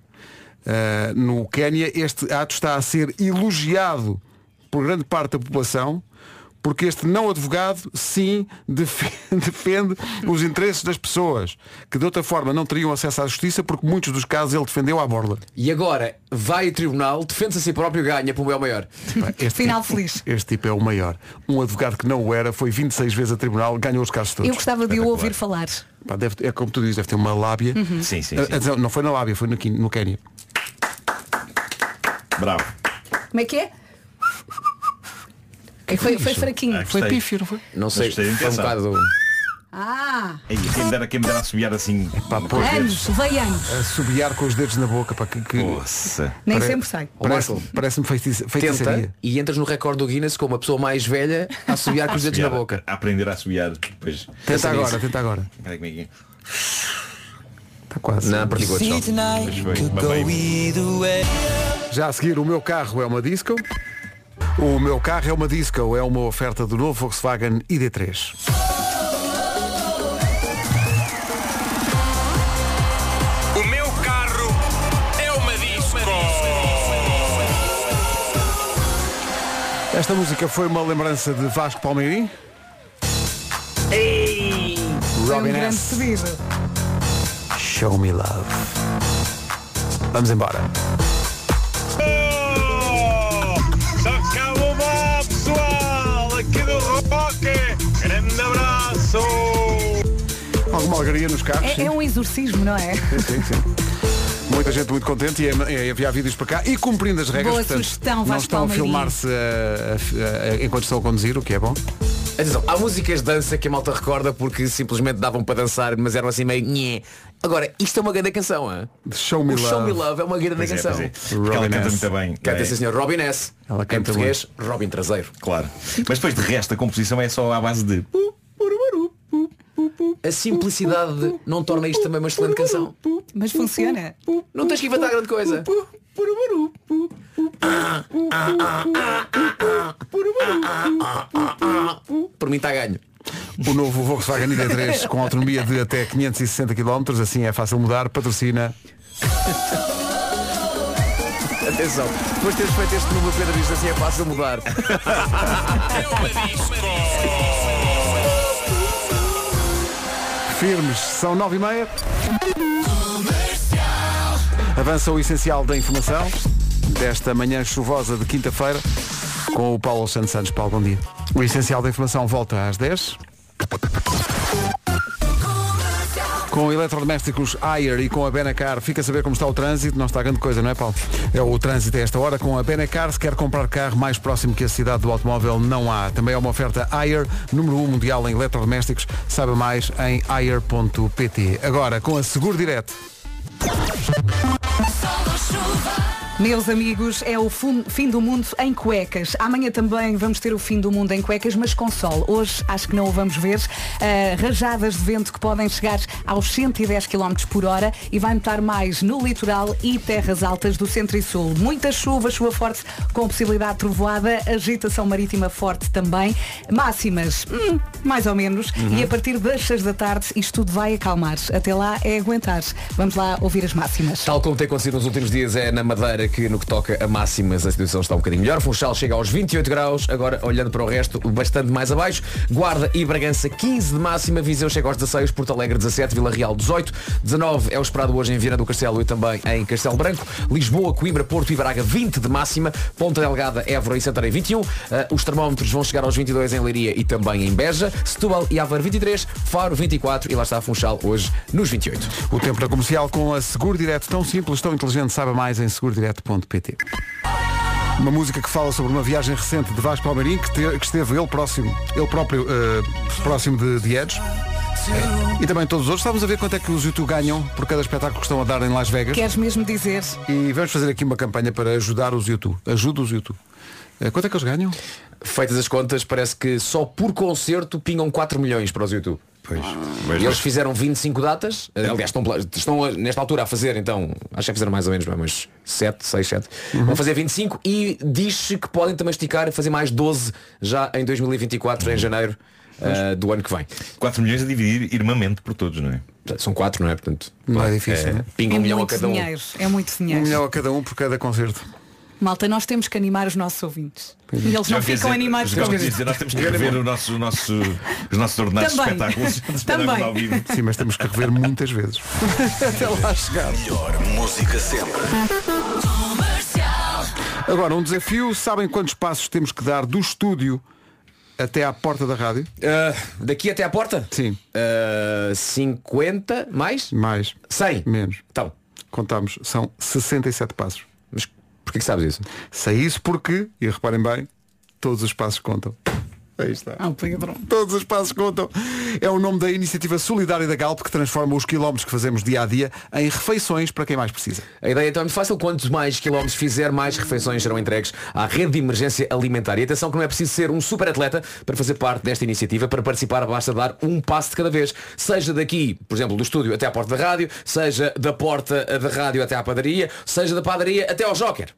S2: Ah, no Quénia, este ato está a ser elogiado por grande parte da população, porque este não advogado, sim, defe- defende os interesses das pessoas, que de outra forma não teriam acesso à justiça, porque muitos dos casos ele defendeu à borda.
S4: E agora vai ao tribunal, defende-se a si próprio e ganha para o meu maior.
S1: Hum, Final feliz.
S2: Este tipo é o maior. Um advogado que não o era, foi 26 vezes a tribunal, ganhou os casos todos.
S1: Eu gostava de o ouvir falar.
S2: Pá, deve- é como tu dizes, deve ter uma lábia.
S1: Uhum. Sim, sim,
S2: Ah,
S1: sim.
S2: atenção, não foi na lábia, foi no, Quin- no Quénia.
S13: Bravo.
S1: Como é que é? foi, foi fraquinho.
S13: gostei.
S4: Não sei,
S13: Mas gostei da
S4: foi um
S13: intenção.
S4: bocado.
S1: Ah!
S13: Ei, Quem me dera, quem me dera assobiar assim.
S1: pois. Anos, vai anos.
S2: A subiar com os dedos na boca, para que. que...
S1: Nem
S2: Pare-
S1: sempre sai.
S4: Ó,
S2: Parece-
S4: Marco,
S2: Parece-me feitiça- feitiçaria.
S4: Tenta e entras no recorde do Guinness com uma pessoa mais velha a assobiar com os dedos na
S13: Assobiar,
S4: boca.
S13: A aprender a assobiar. Pois.
S4: Pensa
S2: agora,
S4: nisso.
S2: tenta agora.
S13: Espera aí, como é que é?
S2: Está quase.
S4: Não, perdi
S13: com outro
S2: Sim,
S13: som.
S2: tonight
S13: Pois
S2: could
S13: foi,
S2: go
S13: babei.
S2: Já a seguir, o meu carro é uma disco. O meu carro é uma disco, é uma oferta do novo Volkswagen ID3.
S16: O meu carro é uma disco.
S2: Esta música foi uma lembrança de Vasco Palmeirim.
S16: Ei!
S2: Robin
S1: um
S2: é assim.
S1: grande
S2: S. Show me love. Vamos embora.
S16: Oh, Só calma lá, pessoal! Aqui do Roque! Grande abraço!
S2: Alguma alegria nos carros?
S1: É,
S2: sim?
S1: é um exorcismo, não é?
S2: Sim, sim, sim. Muita gente muito contente e é, é enviar vídeos para cá e cumprindo as regras.
S1: Boa
S2: portanto,
S1: sugestão,
S2: não
S1: Vasco
S2: estão a
S1: Palmeirim.
S2: filmar-se eh, a- a- a- enquanto estão a conduzir, o que é bom.
S4: Atenção, há músicas de dança que a malta recorda porque simplesmente davam para dançar, mas eram assim meio. Nhé. Agora, isto é uma grande canção, hã?
S2: Show me
S4: o
S2: love.
S4: Show Me Love é uma grande
S13: Pois é,
S4: canção.
S13: pois é. Porque ela canta muito bem.
S4: Canta
S13: não é?
S4: esse senhor Robin S.
S13: Ela
S4: em
S13: canta
S4: português, Robin Traseiro.
S13: Claro. Mas depois de resto a composição é só à base de.
S4: A simplicidade não torna isto também uma excelente canção.
S1: Mas funciona.
S4: Não tens que inventar grande coisa. Por mim está ganho.
S2: O novo Volkswagen ID3 com autonomia de até 560 km, assim é fácil mudar, patrocina.
S4: Atenção, depois de teres feito este número, Pedro diz assim é fácil mudar.
S2: Firmes, são 9 e meia. Avança o essencial da informação desta manhã chuvosa de quinta-feira com o Paulo Santos Santos. Paulo, bom dia. O essencial da informação volta às 10. Com eletrodomésticos Ayer e com a Benacar, fica a saber como está o trânsito. Não está grande coisa, não é, Paulo? É o trânsito a esta hora com a Benacar. Se quer comprar carro mais próximo que a cidade do automóvel, não há. Também há uma oferta Ayer, número 1 mundial em eletrodomésticos. Saiba mais em ayer.pt. Agora, com a Seguro Direto.
S1: Meus amigos, é o fum- fim do mundo em cuecas. Amanhã também vamos ter o fim do mundo em cuecas, mas com sol. Hoje acho que não o vamos ver. Ah, rajadas de vento que podem chegar aos 110 km por hora e vai notar mais no litoral e terras altas do centro e sul. Muita chuva, chuva forte com possibilidade de trovoada, agitação marítima forte também. Máximas, hum, mais ou menos.
S18: Uhum.
S1: E a partir das 6 da tarde isto tudo vai acalmar. Até lá é aguentar. Vamos lá ouvir as máximas.
S4: Tal como tem acontecido nos últimos dias, é na Madeira que no que toca a máximas a situação está um bocadinho melhor. Funchal chega aos 28 graus, agora olhando para o resto, bastante mais abaixo. Guarda e Bragança 15 de máxima, Viseu chega aos 16, Porto Alegre 17, Vila Real 18, 19 é o esperado hoje em Viana do Castelo e também em Castelo Branco, Lisboa, Coimbra, Porto e Braga 20 de máxima, Ponta Delgada, Évora e Santarém 21, Ah, os termómetros vão chegar aos 22 em Leiria e também em Beja, Setúbal e Álvaro 23, Faro 24 e lá está Funchal hoje nos 28.
S2: O tempo na comercial com a Seguro Direto tão simples, tão inteligente, saiba mais em segurodireto.pt. Uma música que fala sobre uma viagem recente de Vasco Palmeirim que, te- que esteve ele próximo, ele próprio eh, próximo de, de Edge. E também todos os outros. Estamos a ver quanto é que os YouTube ganham por cada espetáculo que estão a dar em Las Vegas.
S1: Queres mesmo dizer?
S2: E vamos fazer aqui uma campanha para ajudar os YouTube. Ajuda os YouTube. Eh, Quanto é que eles ganham?
S4: Feitas as contas, parece que só por concerto pingam 4 milhões para os YouTube. Pois.
S13: Mas-
S4: E eles fizeram 25 datas,
S2: É
S4: aliás estão, pla- estão a- nesta altura a fazer então, acho que fizeram mais ou menos mas 7, 6, 7,
S2: Uhum.
S4: vão fazer 25 e diz-se que podem também esticar e fazer mais 12 já em 2024,
S2: Uhum.
S4: em janeiro ah, do ano que vem.
S13: 4 milhões a dividir irmamente por todos, não é?
S4: São 4, não é? Portanto,
S2: não é difícil.
S13: É,
S2: não é?
S13: pinga
S1: é
S13: um milhão a
S1: muito
S13: cada um.
S1: dinheiro, é muito
S2: Um
S1: dinheiro.
S2: milhão a cada um por cada concerto.
S1: Malta, nós temos que animar os nossos ouvintes. E eles
S13: Já
S1: não
S13: quer
S1: ficam
S13: dizer,
S1: animados
S13: já
S1: com
S13: quer dizer, nós temos que rever o nosso, o nosso, os nossos ordenados de
S1: Também.
S13: espetáculos. de espetáculos
S1: Também.
S13: ao vivo.
S2: Sim, mas temos que rever muitas vezes.
S1: Até lá chegar.
S13: Melhor música sempre.
S2: Agora, um desafio. Sabem quantos passos temos que dar do estúdio até à porta da rádio?
S4: Ah, daqui até à porta?
S2: Sim.
S4: 50 mais?
S2: Mais.
S4: 100?
S2: Menos.
S4: Então.
S2: Contamos. São 67 passos.
S4: Mas porquê que sabes isso?
S2: Sei isso porque, e reparem bem, todos os passos contam. Aí está. Todos os passos contam. É o nome da iniciativa solidária da Galp que transforma os quilómetros que fazemos dia a dia em refeições para quem mais precisa.
S4: A ideia então é muito fácil. Quantos mais quilómetros fizer, mais refeições serão entregues à rede de emergência alimentar. E atenção que não é preciso ser um super atleta para fazer parte desta iniciativa. Para participar basta dar um passo de cada vez. Seja daqui, por exemplo, do estúdio até à porta da rádio, seja da porta da rádio até à padaria, seja da padaria até ao joker.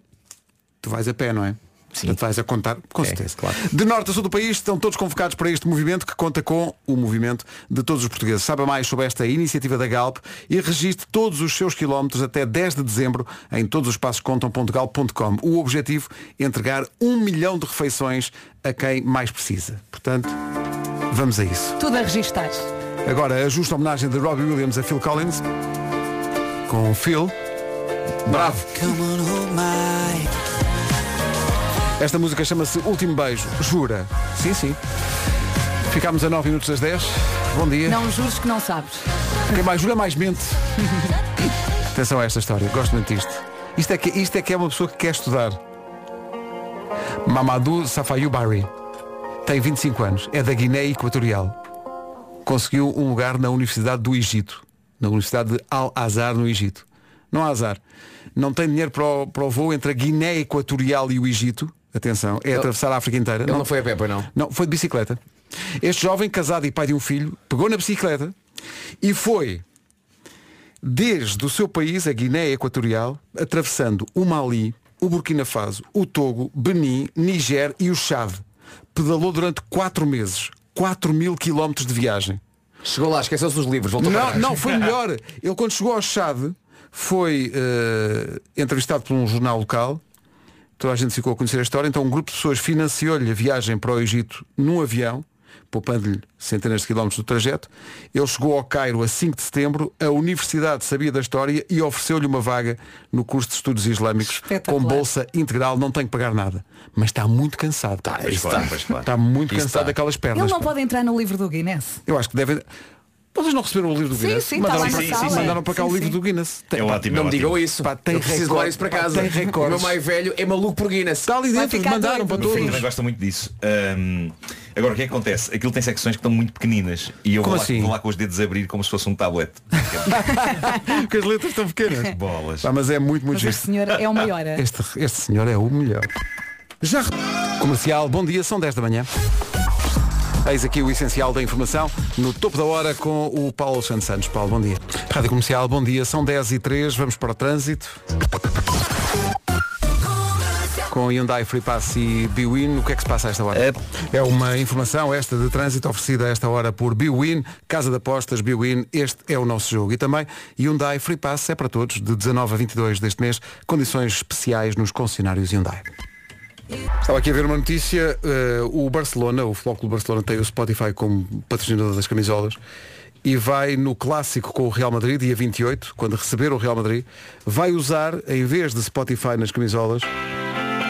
S2: Tu vais a pé, não é? Sim. Portanto, vais a contar, com certeza. claro. De norte a sul do país estão todos convocados para este movimento que conta com o movimento de todos os portugueses. Saiba mais sobre esta iniciativa da Galp e registre todos os seus quilómetros até 10 de dezembro em todos os passos contam.galp.com. O objetivo entregar um milhão de refeições a quem mais precisa. Portanto, vamos a isso.
S1: Tudo a registar.
S2: Agora, a justa homenagem de Robbie Williams a Phil Collins com o Phil. Bravo! Esta música chama-se Último Beijo, jura? Sim, sim. Ficámos a 9 minutos das 10. Bom dia.
S1: Não juros que não sabes.
S2: Quem mais jura, mais mente. Atenção a esta história, gosto muito disto. Isto é que, isto é, que é uma pessoa que quer estudar. Mamadou Safayou Bari tem 25 anos, é da Guiné Equatorial. Conseguiu um lugar na Universidade do Egito, na Universidade de Al-Azhar, no Egito. Não há azar. Não tem dinheiro para o, para o voo entre a Guiné Equatorial e o Egito. Atenção, é atravessar a África inteira.
S4: Ele não foi a pé, pois não?
S2: Não, foi de bicicleta. Este jovem, casado e pai de um filho, pegou na bicicleta e foi desde o seu país, a Guiné Equatorial, atravessando o Mali, o Burkina Faso, o Togo, Benin, Niger e o Chad. Pedalou durante quatro meses, 4 mil quilómetros de viagem.
S4: Chegou lá, esqueceu-se dos livros, voltou para
S2: Não,
S4: trás.
S2: não, foi melhor. Ele quando chegou ao Chad foi eh, entrevistado por um jornal local. Toda a gente ficou a conhecer a história. Então um grupo de pessoas financiou-lhe a viagem para o Egito num avião, poupando-lhe centenas de quilómetros do trajeto. Ele chegou ao Cairo a 5 de setembro. A universidade sabia da história e ofereceu-lhe uma vaga no curso de estudos islâmicos com bolsa integral. Não tem que pagar nada. Mas está muito cansado. Está,
S13: claro, Tá, pois claro.
S2: está muito
S13: Isso
S2: cansado
S13: está.
S2: daquelas pernas.
S1: Ele não
S2: pá.
S1: pode entrar no livro do Guinness.
S2: Eu acho que devem. Vocês não receberam o livro do
S1: Sim,
S2: Guinness?
S1: sim,
S2: mandaram,
S1: tá lá
S2: para,
S1: na sala.
S2: mandaram para cá
S1: Sim,
S2: o livro
S1: sim.
S2: do Guinness.
S13: É ótimo,
S4: não
S13: é
S4: me
S13: ótimo.
S4: digam isso.
S2: Pá, tem
S4: Eu preciso
S2: recorde,
S4: levar isso para
S2: pá,
S4: casa.
S2: tem
S4: o meu
S2: recordes.
S4: mais velho é maluco por Guinness.
S2: Está ali dentro, mandaram para
S13: O meu filho
S2: todos.
S13: também gosta muito disso. Ahm, agora, o que é que acontece? Aquilo tem secções que estão muito pequeninas e eu vou
S2: Como
S13: lá,
S2: assim?
S13: vou lá com os dedos a abrir como se fosse um tablet.
S2: Porque as letras estão pequenas.
S13: Bolas.
S2: Pá, mas é muito, muito
S1: Mas este
S2: justo.
S1: senhor é o maior. é?
S2: Este, este senhor é o melhor. Já. re- Comercial, bom dia, são 10 da manhã. Eis aqui o essencial da informação, no topo da hora com o Paulo Santos Santos. Paulo, bom dia. Rádio Comercial, bom dia, são 10 e 3, vamos para o trânsito. com Hyundai Free Pass e Biwin. O que é que se passa a esta hora? É uma informação esta de trânsito oferecida a esta hora por Biwin, Casa de Apostas Biwin. Este é o nosso jogo. E também Hyundai Free Pass é para todos, de 19 a 22 deste mês. Condições especiais nos concessionários Hyundai. Estava aqui a ver uma notícia, eh, o Barcelona, o Flóculo Barcelona tem o Spotify como patrocinador das camisolas e vai no clássico com o Real Madrid, dia 28, quando receber o Real Madrid, vai usar, em vez de Spotify nas camisolas,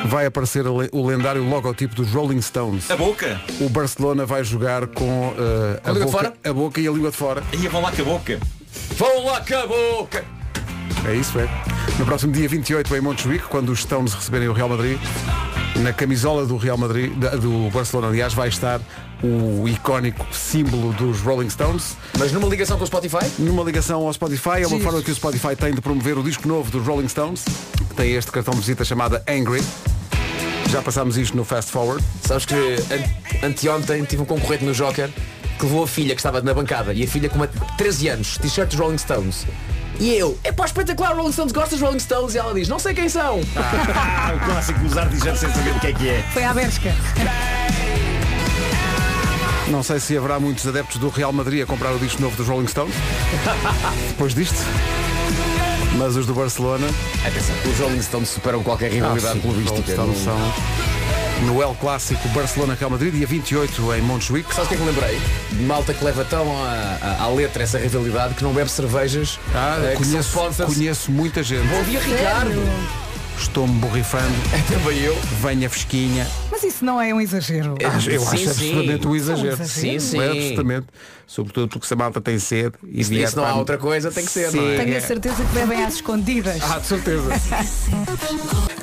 S2: vai aparecer a le- o lendário logotipo dos Rolling Stones.
S13: A boca?
S2: O Barcelona vai jogar com, eh,
S13: Com a
S2: a,
S13: língua de
S2: boca,
S13: fora?
S2: a boca e a língua de fora.
S13: Ia vão lá com a boca. Vão lá com a boca.
S2: É isso, é. No próximo dia 28 em Montjuic, quando os Stones receberem o Real Madrid, na camisola do Real Madrid, da- do Barcelona, aliás, vai estar o icónico símbolo dos Rolling Stones.
S4: Mas numa ligação com o Spotify?
S2: Numa ligação ao Spotify, é uma forma que o Spotify tem de promover o disco novo dos Rolling Stones. Tem este cartão de visita chamada Angry. Já passámos isto no Fast Forward.
S4: Sabes que an- anteontem tive um concorrente no Joker que levou a filha que estava na bancada e a filha com uma 13 anos, t-shirt dos Rolling Stones. E eu, é pá espetacular, Rolling Stones, gostas de Rolling Stones? E ela diz, não sei quem são.
S13: Ah, o clássico de usar t-shirt sem saber o que é que é.
S1: Foi à Bershka.
S2: Não sei se haverá muitos adeptos do Real Madrid a comprar o disco novo dos Rolling Stones. Depois disto. Mas os do Barcelona.
S4: Atenção, os Rolling Stones superam qualquer
S2: Ah,
S4: rivalidade clubística.
S2: Estão, são é no El Clássico Barcelona-Real Madrid, dia 28 em Montjuic.
S4: Sabes o que é que me lembrei? De malta que leva tão à, à- à letra essa rivalidade que não bebe cervejas.
S2: Ah,
S4: eh, que são
S2: conheço,
S4: sponsors.
S2: conheço muita gente.
S4: Bom dia, Ricardo.
S2: Estou-me borrifando.
S4: É também eu.
S2: Venha fresquinha.
S1: Mas isso não é um exagero.
S2: Eu acho
S4: sim, sim.
S2: absolutamente um
S4: É um
S2: exagero.
S4: exagero. Sim, sim.
S2: É absolutamente. Sobretudo porque se a malta tem sede e
S4: Isso-
S2: vier
S4: isso não
S2: para-
S4: há outra coisa, tem que ser,
S2: Sim,
S4: não é?
S1: Tenho a
S2: é.
S1: certeza que bebem às escondidas.
S2: Ah, de certeza.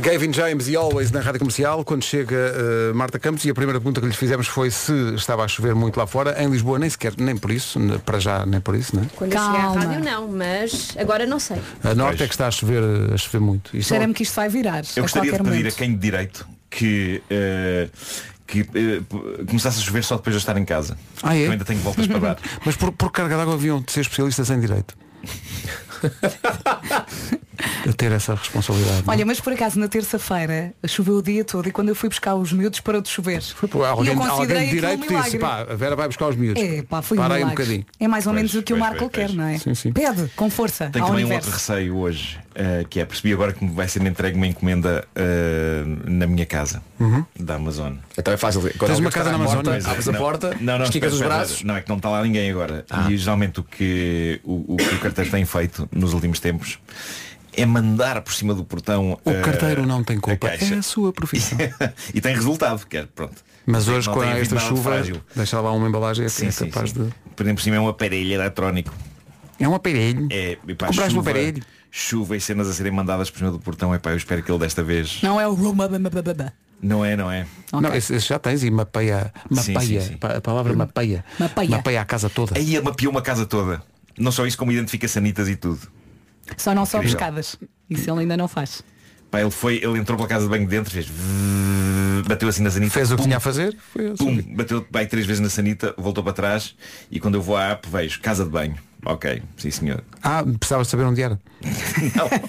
S2: Gavin James e Always na Rádio Comercial, quando chega eh, Marta Campos e a primeira pergunta que lhes fizemos foi se estava a chover muito lá fora. Em Lisboa nem sequer, nem por isso, ne- para já nem por isso, né?
S18: Quando eu chegar à rádio não, mas agora não sei.
S2: A norte é que está a chover, eh, a chover muito. Isso
S1: Cheira-me que isto vai virar. a
S13: Eu gostaria de
S1: qualquer
S13: pedir
S1: momento.
S13: a quem de direito que, eh, que eh, p- começasse a chover só depois de eu estar em casa.
S2: Ah, é?
S13: Eu ainda tenho voltas para dar.
S2: Mas por, por carga d'água haviam de ser especialistas em direito. a ter essa responsabilidade. é?
S1: Olha, mas por acaso na terça-feira choveu o dia todo e quando eu fui buscar os miúdos parou de chover. Foi
S2: Pô, Alguém,
S1: eu considerei
S2: alguém de
S1: aquilo
S2: direito
S1: um
S2: disse,
S1: milagre.
S2: pá, a Vera vai buscar os miúdos.
S1: É, pá, foi um
S2: Para aí um
S1: milagre.
S2: bocadinho.
S1: É mais ou
S13: Pois,
S1: menos o que o
S13: pois,
S1: Marco
S13: pois,
S1: quer, não é?
S13: Sim, sim.
S1: Pede, com força,
S13: Tenho
S1: ao
S13: também um
S1: universo.
S13: outro receio hoje, eh, que é percebi agora que me vai ser entregue uma encomenda eh, na minha casa,
S2: Uhum.
S13: da Amazon.
S4: Então é fácil. Quando
S2: Tens alguém uma casa está na à Amazon? porta,
S13: Pois é.
S4: abres a
S13: Não,
S4: porta,
S13: não, não,
S4: esticas
S13: espera,
S4: os
S13: espera,
S4: braços.
S13: Não, é que não está lá ninguém agora.
S2: Ah.
S13: E geralmente o que o, o que o carteiro tem feito nos últimos tempos é mandar por cima do portão
S2: O
S13: eh,
S2: carteiro não tem culpa.
S13: a caixa.
S2: É a sua profissão.
S13: e tem resultado, quer pronto.
S2: Mas
S13: Não
S2: hoje
S13: tem
S2: com
S13: havido
S2: esta
S13: nada de
S2: chuva,
S13: frágil.
S2: deixa lá uma embalagem assim,
S13: Sim,
S2: é
S13: sim,
S2: capaz
S13: sim.
S2: de.
S13: Por exemplo, por cima é um aparelho eletrónico.
S2: É um aparelho.
S13: É, epá,
S2: Compraste um
S13: chuva,
S2: aparelho?
S13: chuva e cenas a serem mandadas por cima do portão. Epá, eu espero que ele desta vez.
S1: Não é o Roma.
S13: Não é, não é.
S2: Não, esse, esse já tens e mapeia.
S13: Sim,
S2: Mapeia.
S13: sim, sim.
S2: pa- A palavra mapeia.
S1: Mapeia.
S2: a casa toda.
S13: Aí ele mapeou uma casa toda. Não só isso, como identifica sanitas e tudo.
S1: Só não sobe
S13: Incrível.
S1: escadas. Isso ele ainda não faz.
S13: Pá, ele foi, ele entrou pela casa de banho de dentro, fez vzz, bateu assim na sanita. Fez
S2: o que tinha a fazer? Foi assim.
S13: pum, bateu bem três vezes na sanita, voltou para trás e quando eu vou à app vejo casa de banho. Ok, sim senhor.
S2: Ah, precisava saber onde era.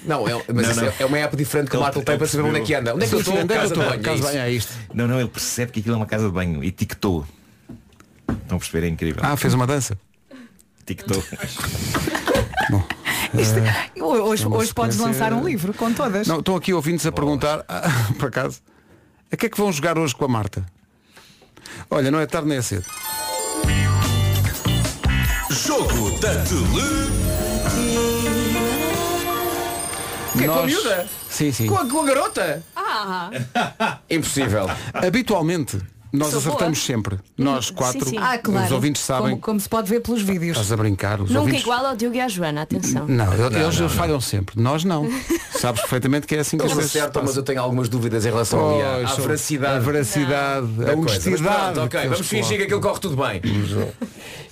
S4: Não, é, mas
S13: Não,
S4: isso
S13: não.
S4: É, é uma app diferente que o Marco tem para saber onde é que anda. Onde é que eu estou? Casa de banho, é isso.
S2: isto.
S13: Não, não, ele percebe que aquilo é uma casa de banho e tictou. Estão a perceber, é incrível.
S2: Ah, fez uma dança.
S13: Tictou.
S1: Isto- hoje
S2: é uma
S1: hoje podes
S2: sequência-
S1: lançar um livro com todas.
S2: Não, estão aqui ouvintes a perguntar, ah, por acaso, a que é que vão jogar hoje com a Marta? Olha, não é tarde nem é cedo.
S16: Jogo da
S4: Quê? Com a
S2: Nós-
S4: miúda?
S2: Sim, sim.
S4: Com a, com a garota?
S18: Ah,
S4: Impossível.
S2: Habitualmente, nós
S1: Sou
S2: acertamos sempre. Nós quatro,
S1: Ah, claro.
S2: os ouvintes sabem.
S1: Como, como se pode ver pelos vídeos.
S2: Estás a brincar, os
S18: nunca
S2: ouvintes.
S18: igual ao Diogo e à Joana, atenção.
S2: Não, eu-
S4: Não,
S2: eles
S4: não, não.
S2: falham sempre. Nós não. Sabes perfeitamente que é assim que
S4: Eles
S2: as coisas se
S4: acertam, mas
S2: passam.
S4: eu tenho algumas dúvidas em relação ali à, à
S2: Pois,
S4: veracidade.
S2: A veracidade,
S4: da
S2: a
S4: coisa. Mas
S2: honestidade.
S4: pronto, ok,
S2: que eles
S4: vamos fingir que
S2: colocam.
S4: aquilo corre tudo bem.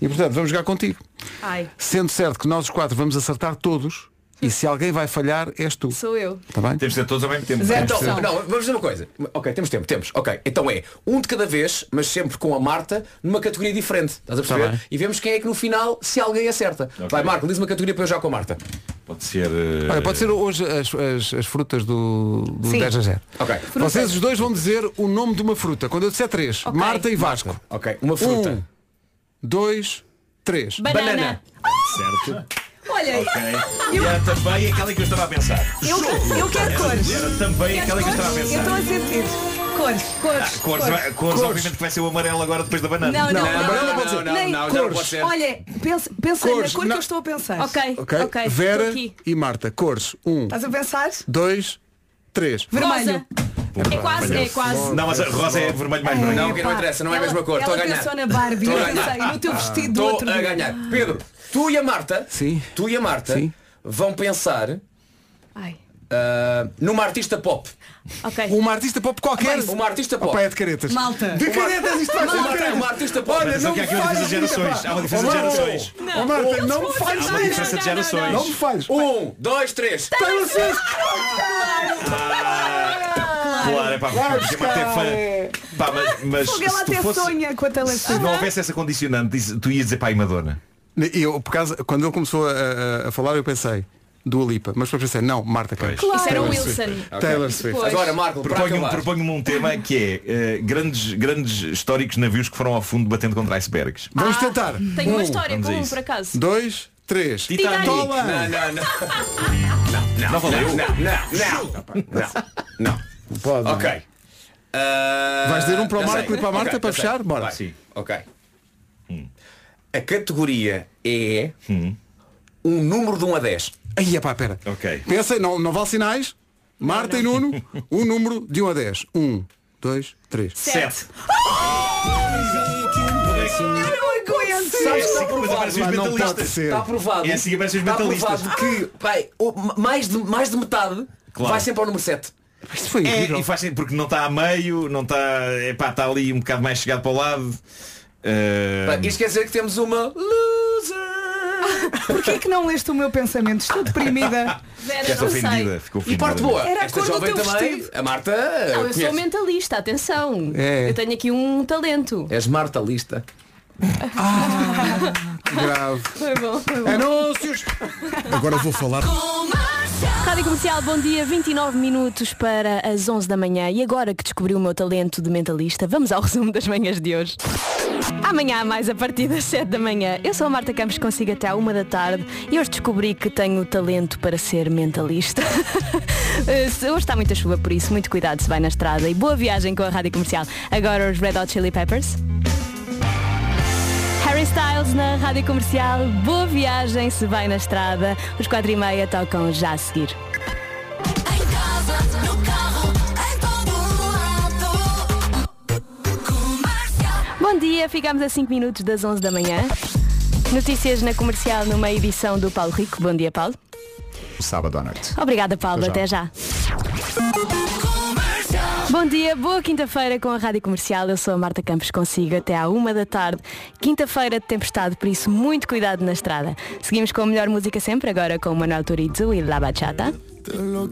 S2: E portanto, vamos jogar contigo.
S18: Ai,
S2: Sendo certo que nós os quatro vamos acertar todos e se alguém vai falhar, és tu.
S18: sou eu.
S2: Está bem?
S13: Temos de ser todos ao mesmo tempo.
S2: Zero
S13: Temos de ser-
S4: Então, não, vamos dizer uma coisa. Ok, temos tempo, temos. Ok, então é um de cada vez, mas sempre com a Marta numa categoria diferente. Estás a
S2: Tá
S4: perceber?
S2: bem.
S4: e vemos quem é que no final, se alguém acerta. Vai, Marco, diz uma categoria para eu já com a Marta.
S13: Pode ser. eh,
S2: Olha, pode ser hoje as, as- as frutas do, do
S13: Sim.
S2: 10 a 0.
S13: Ok.
S2: Vocês os dois vão dizer o nome de uma fruta. Quando eu disser três, Marta e Vasco.
S4: Ok, uma fruta.
S2: Um, dois, três.
S13: Banana. Certo.
S1: Olha,
S13: Ok. E era também aquela que eu estava a pensar.
S1: eu, eu quero cores.
S13: Era também
S1: Queres
S13: aquela que eu estava a
S1: cores?
S13: pensar.
S1: Eu estou a sentir. Cores, cores.
S13: Ah, cores, vai- cores, obviamente que vai ser o amarelo agora depois da banana.
S1: Não, não, não, não,
S13: não, não,
S1: nem
S13: não, já não
S1: cores.
S13: pode ser.
S1: Olha, pensa, pensa
S2: Cores,
S1: na cor
S2: não.
S1: que eu estou a pensar.
S2: Ok? Vera e Marta. Cores. Um,
S18: Tá.
S1: Estás a pensar?
S2: dois, três.
S1: Vermelho.
S2: Pumba.
S1: É quase, é quase.
S13: Não, mas a rosa é vermelho mais branco.
S4: Não, que não interessa, não é a mesma cor. Estou a
S1: Ela
S4: ganhar.
S1: pensou na Barbie,
S4: Estou
S1: eu
S4: a ganhar.
S1: pensei no teu vestido do
S4: Estou
S1: outro
S4: a
S1: dia.
S4: ganhar. Pedro, tu e a Marta, tu e a Marta vão pensar
S1: Ai.
S4: ah, numa artista pop.
S18: Ok.
S2: Uma um artista pop qualquer.
S4: Uma artista pop.
S2: Opa, é de caretas.
S4: Malta.
S2: De caretas, isto vai ser de
S4: Malta.
S2: caretas.
S4: Uma artista pop.
S2: Olha, não
S13: Atenção que
S2: me
S13: há aqui uma
S2: faz
S13: diferença de gerações. Há uma diferença de gerações.
S2: Ó Marta, não me
S13: Há
S2: faz
S13: uma diferença de gerações.
S2: Não me faz. Então
S4: Um, dois, três.
S2: Taylor Swift.
S13: Claro, é pá,
S1: Vai
S13: porque
S1: buscar.
S13: até fã. Pá, mas, mas
S1: Fogo,
S13: se
S1: ela
S13: tu
S1: até
S13: fosse-
S1: sonha com a Taylor
S13: Se
S1: Swift.
S13: não houvesse essa condicionante, diz- tu ias dizer pai Madonna.
S2: Eu, por causa, quando ele começou a, a- a falar, eu pensei, Dua Lipa. Mas depois pensei, não, Marta Campos.
S18: Claro. Isso era o
S2: Taylor
S18: Wilson.
S2: Swift.
S18: Ok.
S2: Taylor Swift.
S13: proponho, proponho-me um tema que é eh, grandes, grandes históricos navios que foram ao fundo batendo contra icebergs.
S2: Vamos tentar.
S18: Ah, Tenho
S4: Hum,
S18: uma história
S13: Vamos
S18: com
S13: a
S18: um,
S13: isso.
S18: por acaso.
S2: Dois, três.
S13: tá
S18: Titanic.
S2: Tola.
S4: Não, não, não.
S13: Não, valeu.
S4: Não, não, não. Não.
S2: Pode.
S4: Ok. Ah,
S2: Vais dizer um para o
S4: já
S2: Marco
S4: sei.
S2: e para a Marta
S4: Ok,
S2: para
S4: já
S2: fechar?
S4: sei.
S2: Bora.
S4: Vai. Ok. Hum. A categoria é um número de 1 a 10.
S2: Aí, é pá, pera.
S13: Ok.
S2: Pensa, não, não vale sinais. Marta e Nuno, um número de 1 a 10. 1, 2, 3.
S13: Sete.
S4: Sabes que
S13: Sim,
S4: está
S13: mas aparecem os
S4: provado.
S13: mentalistas.
S4: Não pode ser. Está provado.
S13: É assim que aparecem os
S4: Está
S13: mentalistas.
S4: provado que vai, o- mais, de, mais de metade
S13: Claro.
S4: vai sempre ao número 7.
S2: Isto foi
S13: é, e faz sentido, porque não está a meio, não está. É pá, está ali um bocado mais chegado para o lado. Eh,
S4: Bem, Isto quer dizer que temos uma loser.
S1: Porquê que não leste o meu pensamento? Estou deprimida.
S13: Ficaste ofendida, ficou
S4: E
S13: ofendida.
S4: parte boa,
S18: Era a
S4: esta
S18: cor do
S4: jovem
S18: teu
S4: também,
S18: vestido.
S4: a Marta.
S18: Não, eu sou
S4: conhece.
S18: mentalista, atenção.
S4: É.
S18: Eu tenho aqui um talento.
S4: És martalista.
S2: Grave.
S18: Foi bom, foi bom.
S2: Anúncios! Agora vou falar.
S18: Rádio Comercial, bom dia, 29 minutos para as 11 da manhã e agora que descobri o meu talento de mentalista, vamos ao resumo das manhãs de hoje. Amanhã há mais a partir das 7 da manhã. Eu sou a Marta Campos, consigo até à 1 da tarde e hoje descobri que tenho o talento para ser mentalista. Eh, se- hoje está muita chuva, por isso muito cuidado se vai na estrada e boa viagem com a Rádio Comercial. Agora os Red Hot Chili Peppers. Harry Styles na Rádio Comercial. Boa viagem se vai na estrada. Os 4 e meia tocam já a seguir. Bom dia, ficamos a 5 minutos das 11 da manhã. Notícias na comercial numa edição do Paulo Rico. Bom dia, Paulo.
S19: Sábado à noite.
S18: Obrigada, Paulo.
S19: Até
S18: Até já. Bom dia, boa quinta-feira com a Rádio Comercial. Eu sou a Marta Campos consigo até à uma da tarde. Quinta-feira de tempestade, por isso muito cuidado na estrada. Seguimos com a melhor música sempre, agora com o Manuel Turizo e La Bachata.
S17: Lo